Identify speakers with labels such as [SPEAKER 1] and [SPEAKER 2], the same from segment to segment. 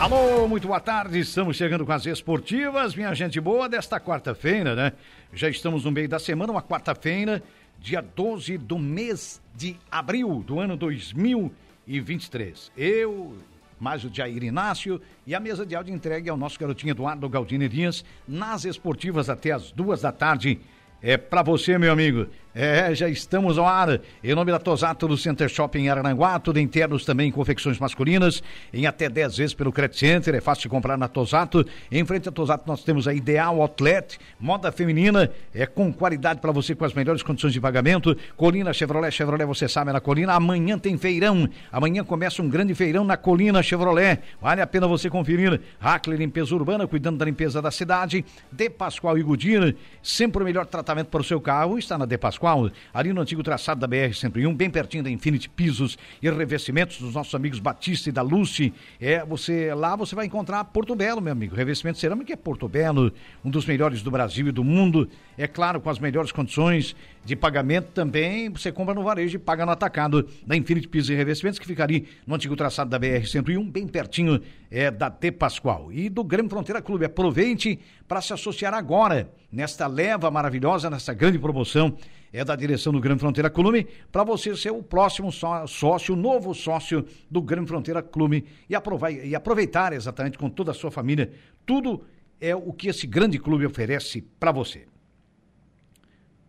[SPEAKER 1] Alô, muito boa tarde. Estamos chegando com as esportivas, minha gente boa, desta quarta-feira, né? Já estamos no meio da semana, uma quarta-feira, dia 12 do mês de abril do ano 2023. Eu, mais o Jair Inácio e a mesa de áudio entregue ao nosso garotinho Eduardo Galdini Dias nas esportivas até as duas da tarde. É pra você, meu amigo. É, já estamos ao ar. Em nome da Tosato do Center Shopping em Arananguá, tudo em ternos também em confecções masculinas, em até 10 vezes pelo Credit Center, é fácil de comprar na Tosato. Em frente à Tosato nós temos a Ideal Outlet, moda feminina, é com qualidade pra você, com as melhores condições de pagamento. Colina Chevrolet, Chevrolet, você sabe, é na Colina. Amanhã tem feirão. Amanhã começa um grande feirão na Colina Chevrolet. Vale a pena você conferir. Hackler Limpeza Urbana, cuidando da limpeza da cidade. De Pascoal e Godina, sempre o melhor tratamento para o seu carro está na De Pascoal, ali no antigo traçado da BR-101, bem pertinho da Infinity Pisos e Revestimentos dos nossos amigos Batista e da Lucy. É, você, lá você vai encontrar Porto Belo, meu amigo. Revestimento cerâmico é Porto Belo, um dos melhores do Brasil e do mundo. É claro, com as melhores condições de pagamento também, você compra no varejo e paga no atacado da Infinity Pisos e Revestimentos, que fica ali no antigo traçado da BR-101, bem pertinho é, da T. Pascoal. E do Grêmio Fronteira Clube, aproveite para se associar agora, nesta leva maravilhosa, nessa grande promoção é da direção do Grêmio Fronteira Clube, para você ser o próximo só- sócio, novo sócio do Grêmio Fronteira Clube e, aprova- e aproveitar exatamente com toda a sua família. Tudo é o que esse grande clube oferece para você.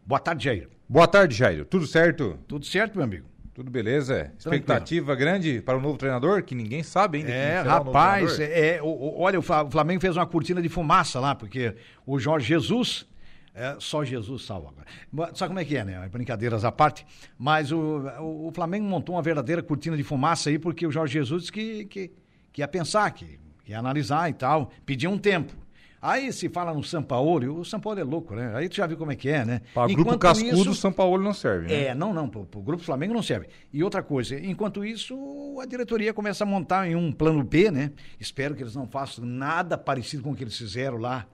[SPEAKER 1] Boa tarde, Jair.
[SPEAKER 2] Boa tarde, Jairo. Tudo certo?
[SPEAKER 1] Tudo certo, meu amigo?
[SPEAKER 2] Tudo beleza? Expectativa grande para o novo treinador, que ninguém sabe ainda.
[SPEAKER 1] É,
[SPEAKER 2] quem será o novo
[SPEAKER 1] rapaz,
[SPEAKER 2] treinador.
[SPEAKER 1] é, o- o- olha, o Fla- o Flamengo fez uma cortina de fumaça lá, porque o Jorge Jesus. é, só Jesus salva agora. Mas Sabe como é que é, né? Brincadeiras à parte. Mas o, o, o Flamengo montou uma verdadeira cortina de fumaça aí, porque o Jorge Jesus disse que, que, que ia pensar, que, que ia analisar e tal, pediu um tempo. Aí se fala no Sampaoli, o Sampaoli é louco, né? Aí tu já viu como é que é, né?
[SPEAKER 2] Para o grupo
[SPEAKER 1] Enquanto
[SPEAKER 2] cascudo,
[SPEAKER 1] isso-
[SPEAKER 2] o São Paulo não serve, né?
[SPEAKER 1] é, não, não, pro, pro Grupo Flamengo não serve. E outra coisa, enquanto isso, a diretoria começa a montar em um plano B, né? Espero que eles não façam nada parecido com o que eles fizeram lá.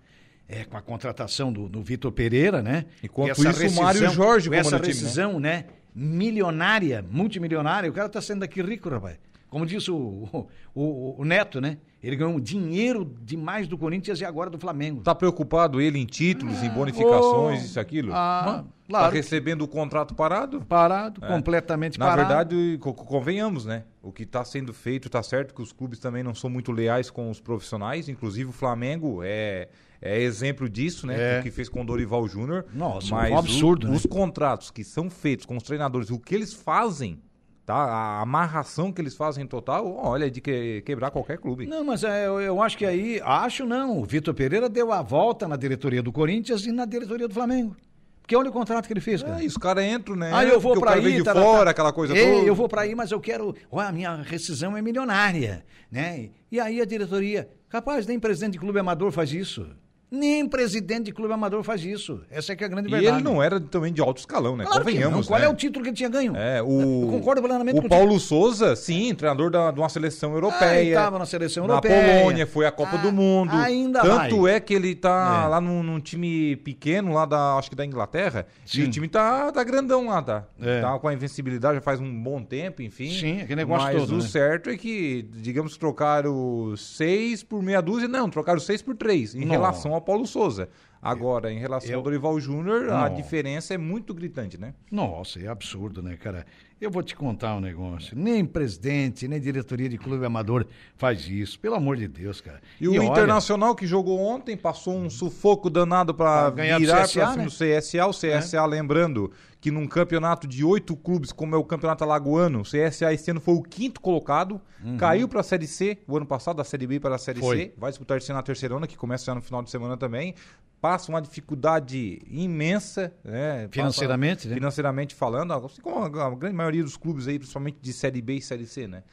[SPEAKER 1] é, com a contratação do, do Vitor Pereira, né?
[SPEAKER 2] Enquanto
[SPEAKER 1] Com essa
[SPEAKER 2] isso, o Mário
[SPEAKER 1] rescisão-
[SPEAKER 2] Jorge
[SPEAKER 1] com essa
[SPEAKER 2] comanda o time, né?
[SPEAKER 1] rescisão, né? Milionária, multimilionária, o cara tá saindo daqui rico, rapaz. Como disse o, o- o- o Neto, né? Ele ganhou dinheiro demais do Corinthians e agora do Flamengo.
[SPEAKER 2] Tá preocupado ele em títulos, em bonificações,
[SPEAKER 1] Ah, ô,
[SPEAKER 2] isso, aquilo?
[SPEAKER 1] ah,
[SPEAKER 2] Hã?
[SPEAKER 1] claro.
[SPEAKER 2] Tá recebendo o contrato parado?
[SPEAKER 1] Parado, completamente
[SPEAKER 2] Na
[SPEAKER 1] parado.
[SPEAKER 2] verdade, co- co- convenhamos, né? O que está sendo feito, tá certo que os clubes também não são muito leais com os profissionais, inclusive o Flamengo é, é exemplo disso, né?
[SPEAKER 1] É.
[SPEAKER 2] O que fez com o Dorival Júnior.
[SPEAKER 1] Nossa,
[SPEAKER 2] Mas
[SPEAKER 1] um absurdo,
[SPEAKER 2] o-
[SPEAKER 1] né?
[SPEAKER 2] Os contratos que são feitos com os treinadores, o que eles fazem, tá? A amarração que eles fazem total, olha, é de que- quebrar qualquer clube.
[SPEAKER 1] Não, mas é, eu, eu acho que aí, acho não, o Vitor Pereira deu a volta na diretoria do Corinthians e na diretoria do Flamengo. Porque olha o contrato que ele fez, cara.
[SPEAKER 2] É. Aí os caras entram, né?
[SPEAKER 1] Ah, eu vou
[SPEAKER 2] Porque o
[SPEAKER 1] pra
[SPEAKER 2] cara
[SPEAKER 1] aí,
[SPEAKER 2] vem de
[SPEAKER 1] tarará.
[SPEAKER 2] fora, aquela coisa
[SPEAKER 1] Ei,
[SPEAKER 2] toda.
[SPEAKER 1] Eu vou pra aí, mas eu quero. Ó, a minha rescisão é milionária, né? E aí a diretoria, capaz, nem presidente de clube amador faz isso. Nem presidente de clube amador faz isso. Essa é que é a grande
[SPEAKER 2] E
[SPEAKER 1] verdade.
[SPEAKER 2] ele não era também de alto escalão, né?
[SPEAKER 1] Claro que
[SPEAKER 2] Convenhamos.
[SPEAKER 1] não. Qual
[SPEAKER 2] né?
[SPEAKER 1] é o título que ele tinha ganho?
[SPEAKER 2] É, o.
[SPEAKER 1] Eu concordo plenamente
[SPEAKER 2] O
[SPEAKER 1] contigo.
[SPEAKER 2] Paulo Souza, sim, treinador da, de uma seleção
[SPEAKER 1] Ah,
[SPEAKER 2] europeia.
[SPEAKER 1] ele tava na seleção
[SPEAKER 2] na
[SPEAKER 1] europeia.
[SPEAKER 2] Polônia, foi à Copa
[SPEAKER 1] Ah,
[SPEAKER 2] do Mundo.
[SPEAKER 1] ainda
[SPEAKER 2] Tanto
[SPEAKER 1] vai.
[SPEAKER 2] é que ele tá
[SPEAKER 1] É.
[SPEAKER 2] lá num, num time pequeno, lá da, acho que da Inglaterra. E
[SPEAKER 1] Sim.
[SPEAKER 2] o time tá, tá grandão lá, tá?
[SPEAKER 1] É.
[SPEAKER 2] Tá com a invencibilidade já faz um bom tempo, enfim.
[SPEAKER 1] Sim, aquele negócio
[SPEAKER 2] Mas
[SPEAKER 1] todo,
[SPEAKER 2] o
[SPEAKER 1] né?
[SPEAKER 2] certo é que, digamos, que trocaram seis por meia dúzia. Não, trocaram seis por três, em
[SPEAKER 1] Não.
[SPEAKER 2] relação ao Paulo Souza. Agora, em relação
[SPEAKER 1] eu-
[SPEAKER 2] ao Dorival Júnior, a
[SPEAKER 1] Não.
[SPEAKER 2] diferença é muito gritante, né?
[SPEAKER 1] Nossa, é absurdo, né, cara? Eu vou te contar um negócio. Nem presidente, nem diretoria de clube amador faz isso. Pelo amor de Deus, cara.
[SPEAKER 2] E, o
[SPEAKER 1] olha,
[SPEAKER 2] Internacional que jogou ontem passou um sufoco danado para
[SPEAKER 1] Pra ganhar do CSA,
[SPEAKER 2] virar para cima
[SPEAKER 1] né? É.
[SPEAKER 2] do CSA. O CSA, lembrando que num campeonato de oito clubes, como é o campeonato alagoano, o CSA esse ano foi o quinto colocado, caiu para a Série C o ano passado, da Série B para a Série
[SPEAKER 1] Uhum. Foi.
[SPEAKER 2] C. Vai disputar esse ano na terceirona, que começa já no final de semana também. passa uma dificuldade imensa. Né?
[SPEAKER 1] Financeiramente,
[SPEAKER 2] Passa-
[SPEAKER 1] né?
[SPEAKER 2] Financeiramente falando, assim como a a grande maioria dos clubes aí, principalmente de Série B e Série C, né?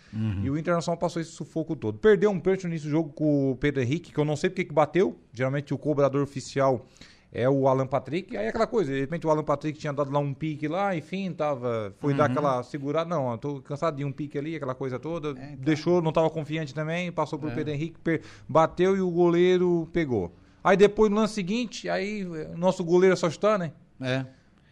[SPEAKER 2] E o Internacional passou esse sufoco todo. Perdeu um pênalti nesse jogo com o Pedro Henrique, que eu não sei porque que bateu. Geralmente o cobrador oficial é o Alan Patrick. Aí é aquela coisa, de repente o Alan Patrick tinha dado lá um pique lá, enfim, tava, foi dar aquela segurada. Não, eu tô cansado de um pique ali, aquela coisa toda. Deixou, não tava confiante também, passou pro Pedro Henrique, per- bateu e o goleiro pegou. Aí depois no lance seguinte, aí eh, o nosso goleiro é só chutar, né?
[SPEAKER 1] É.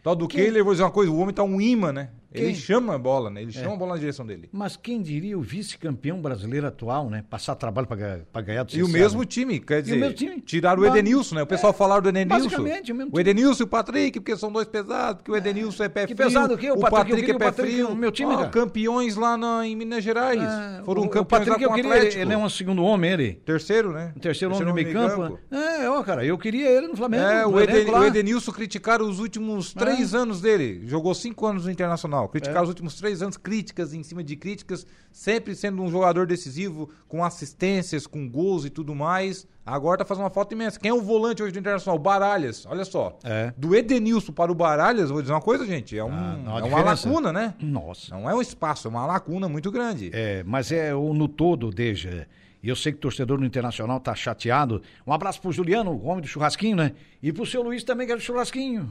[SPEAKER 2] Tal do
[SPEAKER 1] Quem-
[SPEAKER 2] Kehler, vou dizer uma coisa, o homem tá um imã, né?
[SPEAKER 1] Quem- É.
[SPEAKER 2] Ele chama a bola, né? Ele chama a bola na direção dele.
[SPEAKER 1] Mas quem diria o vice-campeão brasileiro atual, né? Passar trabalho pra ga- pra ganhar do
[SPEAKER 2] E o
[SPEAKER 1] CSA,
[SPEAKER 2] mesmo
[SPEAKER 1] né?
[SPEAKER 2] time, quer dizer,
[SPEAKER 1] mesmo time?
[SPEAKER 2] tiraram o
[SPEAKER 1] Mas- é,
[SPEAKER 2] Edenilson, né? O pessoal falaram do Edenilson.
[SPEAKER 1] basicamente o mesmo
[SPEAKER 2] o
[SPEAKER 1] time.
[SPEAKER 2] Edenilson e o Patrick, porque são dois pesados, porque o Edenilson é pé
[SPEAKER 1] Que
[SPEAKER 2] frio.
[SPEAKER 1] pesado que é, o
[SPEAKER 2] o
[SPEAKER 1] Patrick, eu
[SPEAKER 2] Patrick,
[SPEAKER 1] queria
[SPEAKER 2] é
[SPEAKER 1] o
[SPEAKER 2] pé
[SPEAKER 1] Patrick
[SPEAKER 2] frio.
[SPEAKER 1] no meu time,
[SPEAKER 2] Ó,
[SPEAKER 1] cara.
[SPEAKER 2] campeões lá na- em Minas Gerais.
[SPEAKER 1] Ah,
[SPEAKER 2] Foram
[SPEAKER 1] o- o
[SPEAKER 2] campeões
[SPEAKER 1] Patrick,
[SPEAKER 2] lá
[SPEAKER 1] eu
[SPEAKER 2] com o
[SPEAKER 1] queria,
[SPEAKER 2] Atlético.
[SPEAKER 1] ele é um segundo homem, ele.
[SPEAKER 2] Terceiro, né?
[SPEAKER 1] O terceiro homem do meio campo. É, ó, cara, eu queria ele no Flamengo.
[SPEAKER 2] É,
[SPEAKER 1] no
[SPEAKER 2] o, Eden-
[SPEAKER 1] elenco lá.
[SPEAKER 2] o Edenilson criticaram os últimos três anos dele. Jogou cinco anos no Internacional. Criticaram os últimos três anos, críticas em cima de críticas, sempre sendo um jogador decisivo, com assistências, com gols e tudo mais. Agora tá fazendo uma falta imensa. Quem é o volante hoje do Internacional? Baralhas, olha só.
[SPEAKER 1] É. Ah,
[SPEAKER 2] Do Edenilson para o Baralhas, vou dizer uma coisa, gente, é, um,
[SPEAKER 1] não há
[SPEAKER 2] é uma
[SPEAKER 1] diferença.
[SPEAKER 2] lacuna, né?
[SPEAKER 1] Nossa.
[SPEAKER 2] Não é um espaço, é uma lacuna muito grande.
[SPEAKER 1] É, mas é o no todo, Deja. E eu sei que o torcedor no Internacional tá chateado. Um abraço pro Juliano, o homem do churrasquinho, né? E pro seu Luiz também, que é do churrasquinho.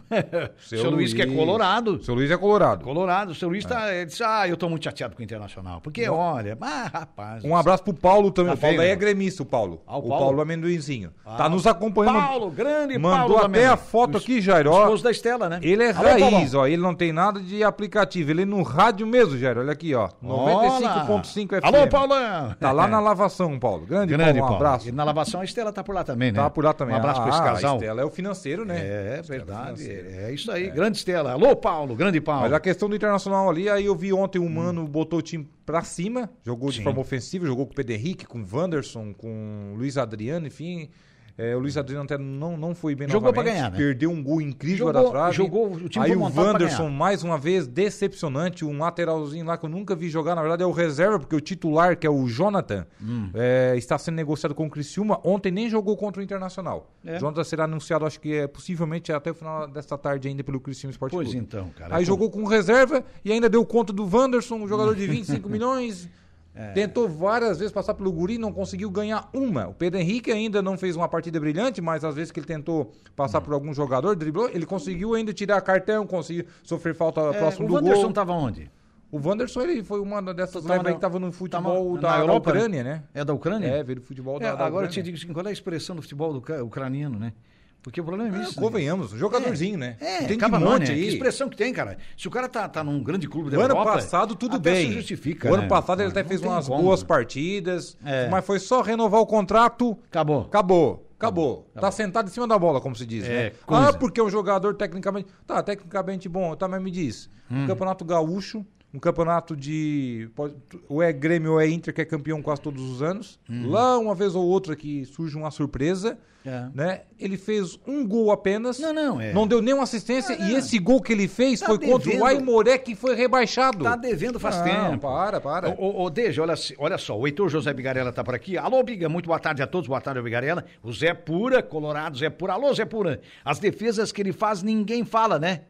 [SPEAKER 1] seu, Luiz, que é colorado.
[SPEAKER 2] Seu É. Luiz é colorado.
[SPEAKER 1] Colorado, o seu Luiz tá. Ele disse, ah, eu tô muito chateado com o Internacional. Porque, olha, ah, rapaz.
[SPEAKER 2] Um abraço pro Paulo também.
[SPEAKER 1] Tá
[SPEAKER 2] o Paulo
[SPEAKER 1] bem,
[SPEAKER 2] daí
[SPEAKER 1] né?
[SPEAKER 2] é gremista, o Paulo.
[SPEAKER 1] Ah, o
[SPEAKER 2] o Paulo, é
[SPEAKER 1] Paulo
[SPEAKER 2] Amendoinzinho.
[SPEAKER 1] Ah,
[SPEAKER 2] tá nos acompanhando.
[SPEAKER 1] Paulo, grande Paulo
[SPEAKER 2] Mandou até
[SPEAKER 1] Lamena.
[SPEAKER 2] a foto
[SPEAKER 1] O
[SPEAKER 2] aqui,
[SPEAKER 1] es-
[SPEAKER 2] Jairo.
[SPEAKER 1] o
[SPEAKER 2] ó.
[SPEAKER 1] esposo da Estela, né?
[SPEAKER 2] Ele é
[SPEAKER 1] Alô,
[SPEAKER 2] raiz,
[SPEAKER 1] Paulão.
[SPEAKER 2] ó. Ele não tem nada de aplicativo. Ele é no rádio mesmo, Jairo. Olha aqui, ó. 95.5 FM.
[SPEAKER 1] Alô, Paulão! É.
[SPEAKER 2] Tá lá na lavação, Paulo. Grande,
[SPEAKER 1] Grande
[SPEAKER 2] Paulo. Um
[SPEAKER 1] Paulo.
[SPEAKER 2] abraço.
[SPEAKER 1] E na lavação a Estela tá por lá também, né?
[SPEAKER 2] Tá por lá também.
[SPEAKER 1] Um abraço
[SPEAKER 2] ah,
[SPEAKER 1] pra esse
[SPEAKER 2] A
[SPEAKER 1] casal.
[SPEAKER 2] Estela é o financeiro, né?
[SPEAKER 1] É,
[SPEAKER 2] Estela o
[SPEAKER 1] verdade.
[SPEAKER 2] financeiro.
[SPEAKER 1] É isso aí. Grande Estela. Alô, Paulo. Grande Paulo.
[SPEAKER 2] Mas a questão do Internacional ali, aí eu vi ontem o Mano botou o time pra cima, jogou de
[SPEAKER 1] Hum. Sim.
[SPEAKER 2] forma ofensiva, jogou com o Pedro Henrique, com o Wanderson, com o Luiz Adriano, enfim. É, o Luiz Adriano até não, não foi bem
[SPEAKER 1] Jogou pra
[SPEAKER 2] novamente,
[SPEAKER 1] ganhar, né?
[SPEAKER 2] Perdeu um gol incrível
[SPEAKER 1] Jogou-
[SPEAKER 2] da trave.
[SPEAKER 1] jogou o time
[SPEAKER 2] Aí
[SPEAKER 1] foi
[SPEAKER 2] o
[SPEAKER 1] montado pra
[SPEAKER 2] Wanderson,
[SPEAKER 1] ganhar.
[SPEAKER 2] mais uma vez, decepcionante. Um lateralzinho lá que eu nunca vi jogar. Na verdade, é o reserva, porque o titular, que é o Jonathan,
[SPEAKER 1] Hum.
[SPEAKER 2] é, está sendo negociado com o Criciúma. Ontem nem jogou contra o Internacional.
[SPEAKER 1] É.
[SPEAKER 2] Jonathan será anunciado, acho que é possivelmente até o final desta tarde ainda pelo Criciúma Sport
[SPEAKER 1] Pois
[SPEAKER 2] Clube.
[SPEAKER 1] então, cara.
[SPEAKER 2] Aí
[SPEAKER 1] Com-
[SPEAKER 2] jogou com reserva e ainda deu conta do Wanderson, um jogador de 25 milhões.
[SPEAKER 1] É.
[SPEAKER 2] Tentou várias vezes passar pelo Guri, não conseguiu ganhar uma. O Pedro Henrique ainda não fez uma partida brilhante, mas às vezes que ele tentou passar
[SPEAKER 1] Hum.
[SPEAKER 2] por algum jogador, driblou, ele conseguiu ainda tirar cartão, conseguiu sofrer falta
[SPEAKER 1] É,
[SPEAKER 2] próximo
[SPEAKER 1] o
[SPEAKER 2] do
[SPEAKER 1] Anderson
[SPEAKER 2] gol.
[SPEAKER 1] tava onde?
[SPEAKER 2] O Wanderson ele foi uma dessas
[SPEAKER 1] Tava
[SPEAKER 2] levas
[SPEAKER 1] na-
[SPEAKER 2] aí que tava no futebol
[SPEAKER 1] tava
[SPEAKER 2] da,
[SPEAKER 1] na
[SPEAKER 2] da
[SPEAKER 1] Europa, né?
[SPEAKER 2] Ucrânia, né?
[SPEAKER 1] É da Ucrânia?
[SPEAKER 2] É, veio do futebol da,
[SPEAKER 1] É,
[SPEAKER 2] da
[SPEAKER 1] agora eu te
[SPEAKER 2] Ucrânia.
[SPEAKER 1] digo assim, qual é a expressão do futebol do ucra- ucraniano, né? Porque o problema é isso.
[SPEAKER 2] Ah,
[SPEAKER 1] né?
[SPEAKER 2] Convenhamos, um jogadorzinho, né?
[SPEAKER 1] É,
[SPEAKER 2] Tem de
[SPEAKER 1] acaba não,
[SPEAKER 2] monte
[SPEAKER 1] né? Que
[SPEAKER 2] aí.
[SPEAKER 1] expressão que tem, cara. Se o cara tá, tá num grande clube da
[SPEAKER 2] O ano
[SPEAKER 1] Europa,
[SPEAKER 2] passado tudo
[SPEAKER 1] até
[SPEAKER 2] bem.
[SPEAKER 1] Se justifica,
[SPEAKER 2] o ano
[SPEAKER 1] né?
[SPEAKER 2] passado ele até
[SPEAKER 1] Não
[SPEAKER 2] fez
[SPEAKER 1] tem
[SPEAKER 2] umas
[SPEAKER 1] como.
[SPEAKER 2] boas partidas,
[SPEAKER 1] É.
[SPEAKER 2] mas foi só renovar o contrato.
[SPEAKER 1] Acabou.
[SPEAKER 2] Acabou. Acabou. Tá sentado em cima da bola, como se diz,
[SPEAKER 1] É,
[SPEAKER 2] né?
[SPEAKER 1] coisa.
[SPEAKER 2] Ah, porque é um jogador tecnicamente. Tá, tecnicamente bom, tá, mas me diz.
[SPEAKER 1] Hum.
[SPEAKER 2] Um campeonato gaúcho, um campeonato de. pode- Ou é Grêmio ou é Inter, que é campeão quase todos os anos. Lá, uma vez ou outra, que surge uma surpresa.
[SPEAKER 1] Hum. É.
[SPEAKER 2] Né? Ele fez um gol apenas.
[SPEAKER 1] Não, não, é.
[SPEAKER 2] Não deu nenhuma assistência.
[SPEAKER 1] Não,
[SPEAKER 2] E
[SPEAKER 1] não.
[SPEAKER 2] esse gol que ele fez
[SPEAKER 1] Tá
[SPEAKER 2] foi contra
[SPEAKER 1] devendo.
[SPEAKER 2] o Aimoré, que foi rebaixado.
[SPEAKER 1] Tá devendo faz
[SPEAKER 2] Não,
[SPEAKER 1] tempo.
[SPEAKER 2] para, para.
[SPEAKER 1] Ô, ô, ô, Deja, olha, se- olha só, o Heitor José Bigarella tá por aqui. Alô, Biga, muito boa tarde a todos, boa tarde, Bigarella. O Zé Pura, Colorado, Zé Pura. Alô, Zé Pura. As defesas que ele faz, ninguém fala, né?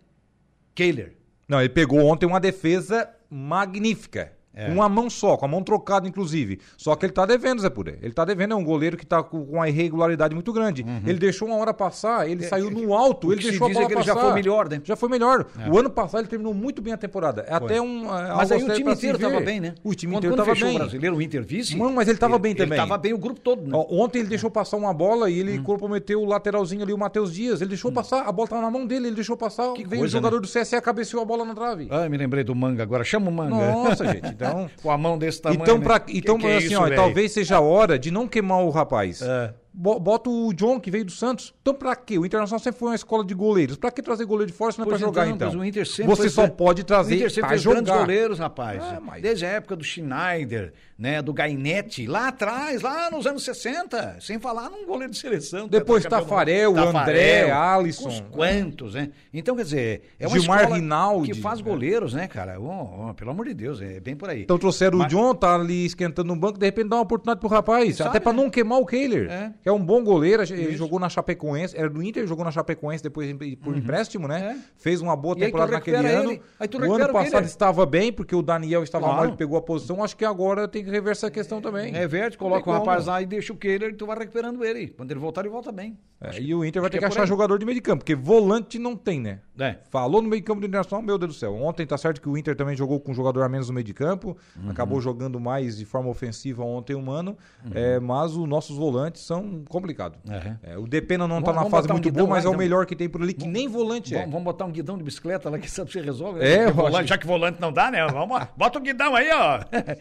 [SPEAKER 1] Kehler.
[SPEAKER 2] Não, ele pegou ontem uma defesa magnífica.
[SPEAKER 1] É.
[SPEAKER 2] Uma mão só, com a mão trocada, inclusive. Só que ele tá devendo, Zé Puré. Ele tá devendo, é um goleiro que tá com com uma irregularidade muito grande. Ele deixou uma hora passar, ele saiu no alto,
[SPEAKER 1] o Uhum.
[SPEAKER 2] ele
[SPEAKER 1] É, que se
[SPEAKER 2] deixou a
[SPEAKER 1] diz é
[SPEAKER 2] bola
[SPEAKER 1] que ele já
[SPEAKER 2] passar.
[SPEAKER 1] foi melhor, né?
[SPEAKER 2] Já foi melhor. O ano passado ele terminou muito bem a temporada. É até um.
[SPEAKER 1] Mas aí o time inteiro tava bem, né?
[SPEAKER 2] O time
[SPEAKER 1] Quando-
[SPEAKER 2] inteiro
[SPEAKER 1] quando
[SPEAKER 2] tava
[SPEAKER 1] fechou
[SPEAKER 2] bem.
[SPEAKER 1] o né? brasileiro, o Inter vice.
[SPEAKER 2] Não, mas ele tava bem
[SPEAKER 1] Ele
[SPEAKER 2] também.
[SPEAKER 1] tava bem o grupo todo, né?
[SPEAKER 2] Ó, ontem ele deixou passar uma bola e
[SPEAKER 1] Uhum.
[SPEAKER 2] ele comprometeu o lateralzinho ali, o Matheus Dias. Ele deixou passar, a bola tava na mão dele, ele deixou passar.
[SPEAKER 1] Que
[SPEAKER 2] veio
[SPEAKER 1] coisa, né?
[SPEAKER 2] o jogador do CSE cabeceou a bola na trave.
[SPEAKER 1] Ah, me lembrei do manga agora. Chama o manga.
[SPEAKER 2] Nossa, gente, então.
[SPEAKER 1] Com a mão desse tamanho.
[SPEAKER 2] Então,
[SPEAKER 1] né?
[SPEAKER 2] pra,
[SPEAKER 1] Que-
[SPEAKER 2] então
[SPEAKER 1] que
[SPEAKER 2] assim,
[SPEAKER 1] isso,
[SPEAKER 2] ó,
[SPEAKER 1] velho?
[SPEAKER 2] talvez seja a hora de não queimar o rapaz.
[SPEAKER 1] É.
[SPEAKER 2] Bo- Bota o John, que veio do Santos. Então, pra quê? O Internacional sempre foi uma escola de goleiros. Pra que trazer goleiro de fora se não é pra
[SPEAKER 1] Pois
[SPEAKER 2] jogar, então?
[SPEAKER 1] pois tá o Inter sempre
[SPEAKER 2] Você
[SPEAKER 1] fez-
[SPEAKER 2] só pode
[SPEAKER 1] o
[SPEAKER 2] trazer
[SPEAKER 1] Inter sempre
[SPEAKER 2] pra
[SPEAKER 1] fez grandes
[SPEAKER 2] jogar.
[SPEAKER 1] goleiros, rapaz.
[SPEAKER 2] É, mas-
[SPEAKER 1] Desde a época do Schneider, né, do Gainetti, lá atrás, lá nos anos 60, sem falar num goleiro de seleção.
[SPEAKER 2] Depois
[SPEAKER 1] tetracampeão do
[SPEAKER 2] Tafarel,
[SPEAKER 1] mundo.
[SPEAKER 2] André,
[SPEAKER 1] Tafarel,
[SPEAKER 2] Alisson.
[SPEAKER 1] Os quantos, né? Então, quer dizer, é uma
[SPEAKER 2] Gilmar
[SPEAKER 1] escola
[SPEAKER 2] Rinaldi,
[SPEAKER 1] que faz
[SPEAKER 2] né?
[SPEAKER 1] goleiros, né, cara? Ó, ó, pelo amor de Deus, é bem por aí.
[SPEAKER 2] Então trouxeram o John, tá ali esquentando no banco, de repente dá uma oportunidade pro rapaz.
[SPEAKER 1] Sabe,
[SPEAKER 3] é.
[SPEAKER 2] até pra
[SPEAKER 1] né?
[SPEAKER 2] não queimar o Kehler.
[SPEAKER 1] É.
[SPEAKER 2] que é um bom goleiro, ele jogou na Chapecoense, era do Inter, jogou na Chapecoense depois em- por empréstimo, né? Fez uma boa
[SPEAKER 3] Uhum. É. E aí tu
[SPEAKER 2] temporada naquele
[SPEAKER 3] recupera
[SPEAKER 2] ano.
[SPEAKER 3] ele. Aí tu
[SPEAKER 2] o
[SPEAKER 3] recupera
[SPEAKER 2] ano
[SPEAKER 3] o Kehrer.
[SPEAKER 2] passado estava bem, porque o Daniel estava
[SPEAKER 1] Claro.
[SPEAKER 2] mal e pegou a posição. Acho que agora tem que reverter a questão também.
[SPEAKER 1] Reverte,
[SPEAKER 2] Não
[SPEAKER 1] É coloca o
[SPEAKER 2] tem como.
[SPEAKER 1] rapaz lá e deixa o Kehler e tu vai recuperando ele. Quando ele voltar, ele volta bem.
[SPEAKER 2] É, e o Inter vai
[SPEAKER 1] acho que
[SPEAKER 2] ter
[SPEAKER 1] é
[SPEAKER 2] que
[SPEAKER 1] por
[SPEAKER 2] achar
[SPEAKER 1] aí.
[SPEAKER 2] jogador de meio de campo, porque volante não tem, né?
[SPEAKER 1] É.
[SPEAKER 2] Falou no meio de campo do Internacional, meu Deus do céu. Ontem tá certo que o Inter também jogou com um jogador a menos no meio de campo,
[SPEAKER 1] Uhum.
[SPEAKER 2] acabou jogando mais de forma ofensiva ontem o Mano, é, mas os nossos volantes são complicados.
[SPEAKER 1] É.
[SPEAKER 2] É, o Depena não tá
[SPEAKER 1] Vamos-
[SPEAKER 2] na
[SPEAKER 1] vamos
[SPEAKER 2] fase
[SPEAKER 1] botar um
[SPEAKER 2] muito
[SPEAKER 1] Guidão
[SPEAKER 2] boa, mas
[SPEAKER 1] lá,
[SPEAKER 2] é o
[SPEAKER 1] então.
[SPEAKER 2] melhor que tem por ali, que nem volante é.
[SPEAKER 1] Vamos, vamos botar um guidão de bicicleta lá que sabe se resolve. né?
[SPEAKER 2] É,
[SPEAKER 1] Porque
[SPEAKER 2] eu
[SPEAKER 1] volante-
[SPEAKER 2] acho.
[SPEAKER 1] já que volante não dá, né? Vamos, lá. bota o guidão aí, ó.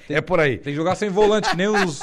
[SPEAKER 1] É por aí.
[SPEAKER 2] Tem que jogar sem volante, que nem, os,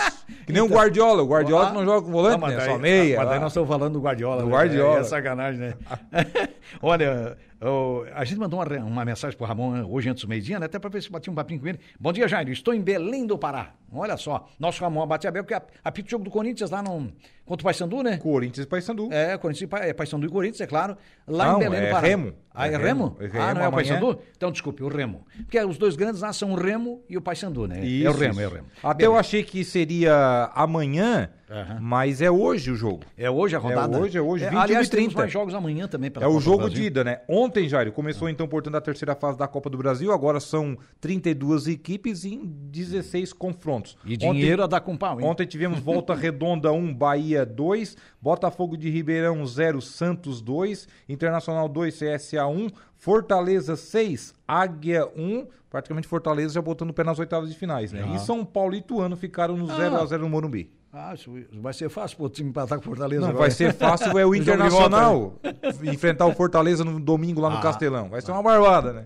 [SPEAKER 2] que nem o Guardiola. O Guardiola que não joga com volante,
[SPEAKER 1] Então. Não, mas
[SPEAKER 2] né?
[SPEAKER 1] daí-
[SPEAKER 2] Só meia.
[SPEAKER 1] Mas daí
[SPEAKER 2] lá.
[SPEAKER 1] nós estamos falando do Guardiola.
[SPEAKER 2] Do
[SPEAKER 1] né?
[SPEAKER 2] Guardiola.
[SPEAKER 1] É, é sacanagem, né? Olha, o- a gente mandou uma, re- uma mensagem para Ramon né, hoje antes do meio-dia, né? Até para ver se batia um papinho com ele. Bom dia, Jair. Estou em Belém do Pará. Olha só, nosso Ramon abate a porque apita o jogo do Corinthians lá no... contra o Paysandu, né?
[SPEAKER 2] Corinthians e Paysandu.
[SPEAKER 1] É, Corinthians, e Pa- é Paysandu e Corinthians, é claro. Lá
[SPEAKER 2] Não,
[SPEAKER 1] em Belém do
[SPEAKER 2] é
[SPEAKER 1] Pará.
[SPEAKER 2] Remo.
[SPEAKER 1] Ah, é,
[SPEAKER 2] É
[SPEAKER 1] Remo?
[SPEAKER 2] Remo.
[SPEAKER 1] Ah,
[SPEAKER 2] É
[SPEAKER 1] não é o
[SPEAKER 2] Remo amanhã.
[SPEAKER 1] Paysandu? Então, desculpe, o Remo. Porque os dois grandes lá são o Remo e o Paysandu, né? é o Remo, é o Remo.
[SPEAKER 2] Até eu achei que seria amanhã,
[SPEAKER 1] Aham.
[SPEAKER 2] mas é hoje o jogo.
[SPEAKER 1] É hoje a rodada?
[SPEAKER 2] hoje, é hoje, 21 e
[SPEAKER 1] aliás, temos
[SPEAKER 2] 30.
[SPEAKER 1] mais jogos amanhã também. Pela
[SPEAKER 2] É o
[SPEAKER 1] Copa do
[SPEAKER 2] jogo
[SPEAKER 1] Brasil.
[SPEAKER 2] de ida, né? Ontem, Jairo, começou então, portanto, a terceira fase da Copa do Brasil. Agora são 32 equipes em 16 confrontos.
[SPEAKER 1] E dinheiro a dar com pau, hein?
[SPEAKER 2] Ontem tivemos Volta Redonda 1, Bahia 2, Botafogo de Ribeirão 0, Santos 2, Internacional 2, CSA 1, Fortaleza 6, Águia 1, praticamente Fortaleza já botando o pé nas oitavas de finais, né? E São Paulo e Ituano ficaram no 0x0 no Morumbi.
[SPEAKER 1] Ah, isso vai ser fácil pro time empatar com o Fortaleza.
[SPEAKER 2] Não,
[SPEAKER 1] agora.
[SPEAKER 2] vai ser fácil é
[SPEAKER 1] jogo
[SPEAKER 2] o
[SPEAKER 1] de volta,
[SPEAKER 2] Internacional enfrentar o Fortaleza no domingo lá no
[SPEAKER 1] é. Ah.
[SPEAKER 2] Castelão. Vai ser uma barbada, né?